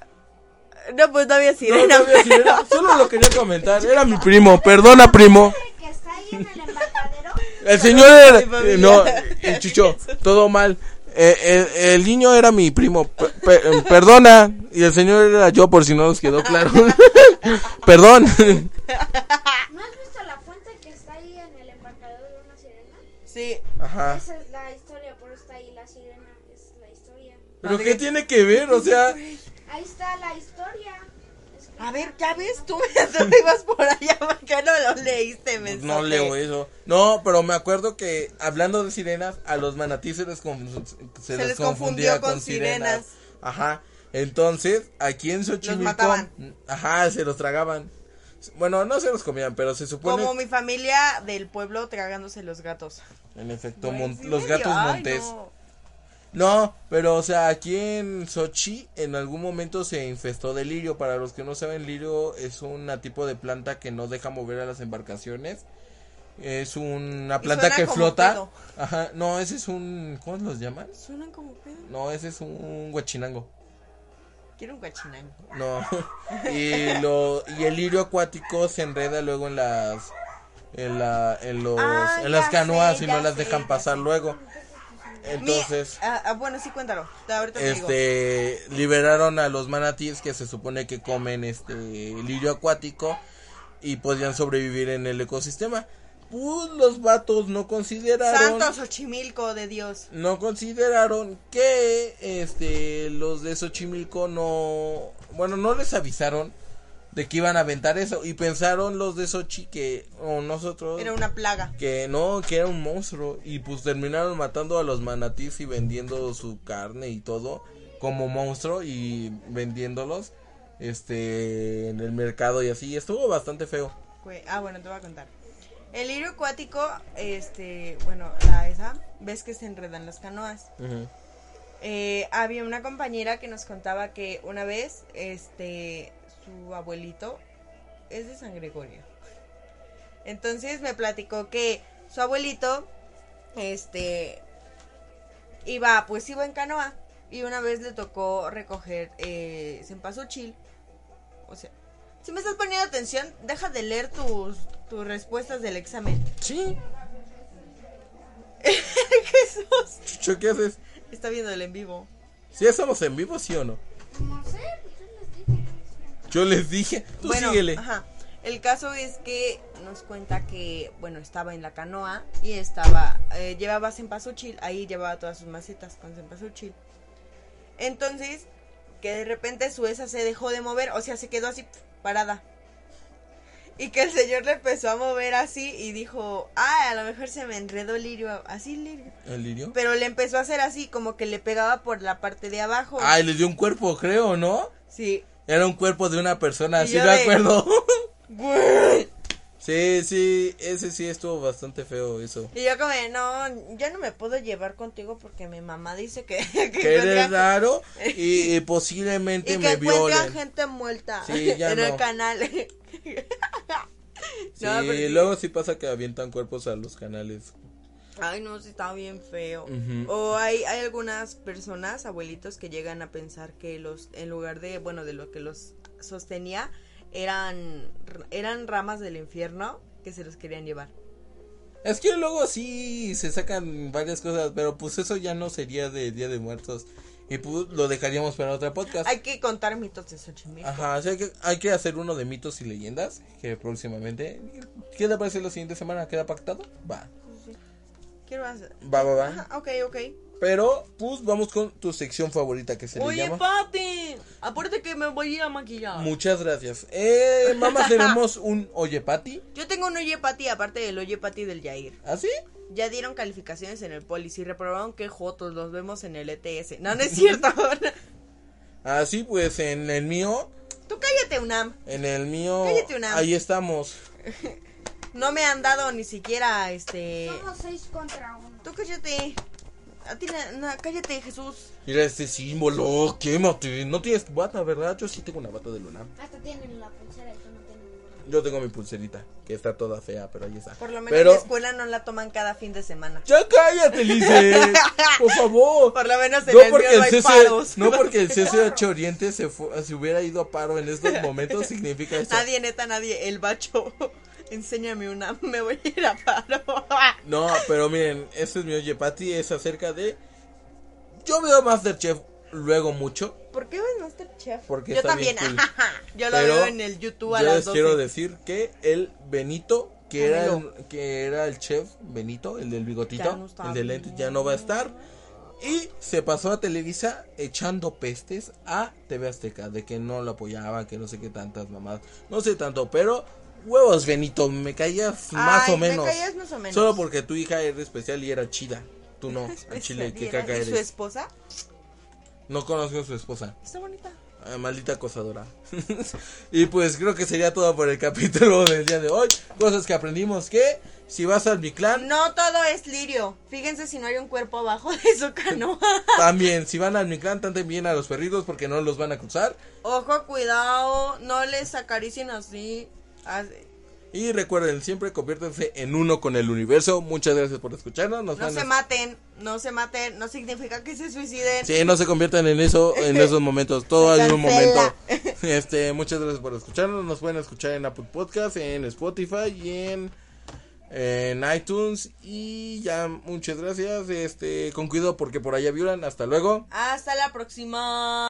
S2: No, pues no había
S1: No,
S2: sirena.
S1: no había sirena. Solo lo quería comentar. Era mi primo. Perdona, primo.
S3: El que está ahí en el embarcadero.
S1: El señor
S2: Saludos a
S1: era...
S2: mi familia.
S1: eh, No, eh, Chicho, todo mal. Eh, el, el niño era mi primo. Pe- pe- eh, perdona. Y el señor era yo, por si no nos quedó claro. Perdón.
S3: Ah. ¿No has visto la fuente que está ahí en el embarcadero de una sirena?
S2: Sí.
S1: Ajá.
S3: Esa es la historia, por eso está ahí la sirena. Es la historia.
S1: ¿Pero qué tiene que ver? O sea...
S3: Ahí está la historia. Es-
S2: A ver, ya ves, tú me, tú me ibas por allá, ¿por qué no lo leíste, mensaje?
S1: No leo eso. No, pero me acuerdo que hablando de sirenas, a los manatís se les, confu- se les confundía con, sirenas. Ajá. Entonces, aquí en Xochimilco.
S2: mataban.
S1: Ajá, se los tragaban. Bueno, no se los comían, pero se supone.
S2: Como mi familia del pueblo tragándose los gatos.
S1: En efecto,
S2: Güey,
S1: mon-
S2: sí
S1: los
S2: me
S1: gatos
S2: dio- ay,
S1: montés.
S2: no.
S1: No, pero o sea, aquí en Sochi en algún momento se infestó de lirio. Para los que no saben, lirio es un tipo de planta que no deja mover a las embarcaciones. Es una
S2: Y
S1: planta
S2: suena
S1: que
S2: como
S1: flota.
S2: pedo.
S1: Ajá, no, ese es un ¿cómo los llaman?
S2: Suenan como pedo.
S1: No, ese es un guachinango.
S2: Quiero un guachinango.
S1: No. y lo y el lirio acuático se enreda luego en las en la en los
S2: Ah,
S1: en las
S2: ya
S1: canoas
S2: sé,
S1: y no
S2: ya
S1: las
S2: sé,
S1: dejan
S2: ya
S1: pasar
S2: sé.
S1: luego.
S2: Mi-
S1: Entonces,
S2: ah, ah, bueno, sí, cuéntalo. Te- Ahorita te digo.
S1: este liberaron a los manatíes que se supone que comen este lirio acuático y podían sobrevivir en el ecosistema. Pues los vatos no consideraron
S2: Santo Xochimilco de Dios.
S1: no consideraron que este los de Xochimilco no bueno no les avisaron de que iban a aventar eso y pensaron los de Xochi que o nosotros
S2: Era una plaga.
S1: que no que era un monstruo y pues terminaron matando a los manatís y vendiendo su carne y todo como monstruo y vendiéndolos este en el mercado y así estuvo bastante feo
S2: Güey, Ah, bueno, te voy a contar. El lirio acuático, este, bueno, la esa, ves que se enredan las canoas. Eh, había una compañera que nos contaba que una vez, este, su abuelito es de San Gregorio. Entonces me platicó que su abuelito, este, iba, pues iba en canoa y una vez le tocó recoger eh, cempasúchil. O sea, si me estás poniendo atención, deja de leer tus, tus respuestas del examen.
S1: sí
S2: Jesús.
S1: Chucho, qué haces
S2: Está viendo el en vivo.
S1: si estamos en vivo sí o no
S3: No sé, pues yo les dije.
S1: yo les dije tú síguele
S2: ajá. El caso es que nos cuenta que, bueno, estaba en la canoa y estaba, eh, llevaba cempasúchil, ahí llevaba todas sus macetas con cempasúchil. Entonces, que de repente su esa se dejó de mover, o sea, se quedó así pf, parada. Y que el señor le empezó a mover así y dijo, ah, a lo mejor se me enredó el lirio, así lirio.
S1: el lirio
S2: Pero le empezó a hacer así, como que le pegaba por la parte de abajo.
S1: Ay, les dio un cuerpo, creo, ¿no?
S2: Sí.
S1: Era un cuerpo de una persona,
S2: Y
S1: sí
S2: yo
S1: me
S2: de-
S1: acuerdo.
S2: Güey.
S1: sí, sí, ese sí estuvo bastante feo eso.
S2: Y yo como, de, no, ya no me puedo llevar contigo porque mi mamá dice que, que,
S1: Que eres
S2: encuentra-
S1: raro y, y
S2: y
S1: posiblemente
S2: que
S1: me
S2: encuentran
S1: violen.
S2: gente muerta
S1: Sí, ya
S2: en el
S1: no.
S2: canal.
S1: Sí,
S2: No, pero sí.
S1: luego sí pasa que avientan cuerpos a los canales.
S2: Ay, no, sí está bien feo.
S1: Ujú.
S2: O hay, hay algunas personas, abuelitos, que llegan a pensar que los, en lugar de, bueno, de lo que los sostenía, eran, eran ramas del infierno que se los querían llevar.
S1: Es que luego sí se sacan varias cosas, pero pues eso ya no sería de Día de Muertos. Y pues lo dejaríamos para otra podcast.
S2: Hay que contar mitos de Xochimilco.
S1: Ajá, o sea que hay que hacer uno de mitos y leyendas que próximamente... ¿Qué te parece la siguiente semana? ¿Queda pactado? Va.
S2: Quiero hacer...
S1: Va, va, va.
S2: Ajá, ok, ok.
S1: Pero, pues vamos con tu sección favorita que se le
S2: Oye,
S1: llama.
S2: papi, apúrate que me voy a maquillar.
S1: Muchas gracias. Eh, mamá, tenemos un Oye Pati. ¿Ah,
S2: Yo tengo un Oye Pati, aparte del Oye Pati del Yair.
S1: ¿Así?
S2: Ya dieron calificaciones en el polis y reprobaron que Jotos los vemos en el ETS. No, no es cierto.
S1: Así pues, en el mío,
S2: Tú cállate, UNAM.
S1: en el mío,
S2: Cállate, Unam.
S1: ahí estamos.
S2: No me han dado ni siquiera este.
S3: Somos seis contra uno.
S2: Tú cállate. Ah, tiene- no, cállate, Jesús.
S1: Mira este símbolo, quémate. No tienes bata, ¿verdad? Yo sí tengo una bata de luna.
S3: Hasta tienen la pulsera y tú no tienes ninguna.
S1: Yo tengo mi pulserita, que está toda fea, pero ahí está.
S2: Por lo menos
S1: pero...
S2: en la escuela no la toman cada fin de semana.
S1: ¡Ya cállate, Lice! ¡Por favor!
S2: Por lo menos en
S1: No
S2: el mío
S1: porque,
S2: no
S1: el
S2: hay
S1: CC,
S2: paros.
S1: no porque el CCH Oriente se, fu- se hubiera ido a paro en estos momentos significa eso.
S2: Nadie, neta, nadie. El bacho. Enséñame una. Me voy a ir a paro.
S1: No, pero miren, este es mi Oye Pati, es acerca de... Yo veo Masterchef luego mucho,
S2: ¿Por qué ves Masterchef?
S1: Porque
S2: Yo
S1: está bien
S2: también.
S1: cool.
S2: ajá. Yo lo
S1: Pero
S2: veo en el YouTube a
S1: yo
S2: las
S1: les
S2: 12.
S1: quiero decir que el Benito, que era
S2: Camilo.
S1: el, que era el chef Benito, el del bigotito,
S2: Ya no está.
S1: el del lente, ya no va a estar. Y se pasó a Televisa echando pestes a TV Azteca de que no lo apoyaba, que no sé qué tantas mamadas. No sé tanto, pero huevos Benito, me caías más
S2: Ay,
S1: o
S2: me
S1: menos.
S2: caías más o menos.
S1: Solo porque tu hija era especial y era chida. Tú no, a Chile, qué caca
S2: ¿Y su
S1: eres.
S2: esposa?
S1: No conozco a su esposa.
S2: Está bonita.
S1: Ah, Maldita acosadora. y pues creo que sería todo por el capítulo del día de hoy. Cosas que aprendimos que si vas al mi clan,
S2: No todo es lirio. Fíjense si no hay un cuerpo abajo de su canoa.
S1: también si van al mi clan, tanten bien a los perritos porque no los van a cruzar.
S2: Ojo, cuidado. No les acaricien así. Así.
S1: Y recuerden, siempre conviértanse en uno con el universo. Muchas gracias por escucharnos. Nos
S2: No
S1: van
S2: se
S1: a-
S2: maten. No se maten. No significa que se suiciden.
S1: Sí, no se conviertan en eso en esos momentos. Todo
S2: Se
S1: es un momento.
S2: cancela.
S1: Este, muchas gracias por escucharnos. Nos pueden escuchar en Apple Podcast, en Spotify y en, en iTunes. Y ya, muchas gracias. Este, con cuidado porque por allá violan. Hasta luego.
S2: Hasta la próxima.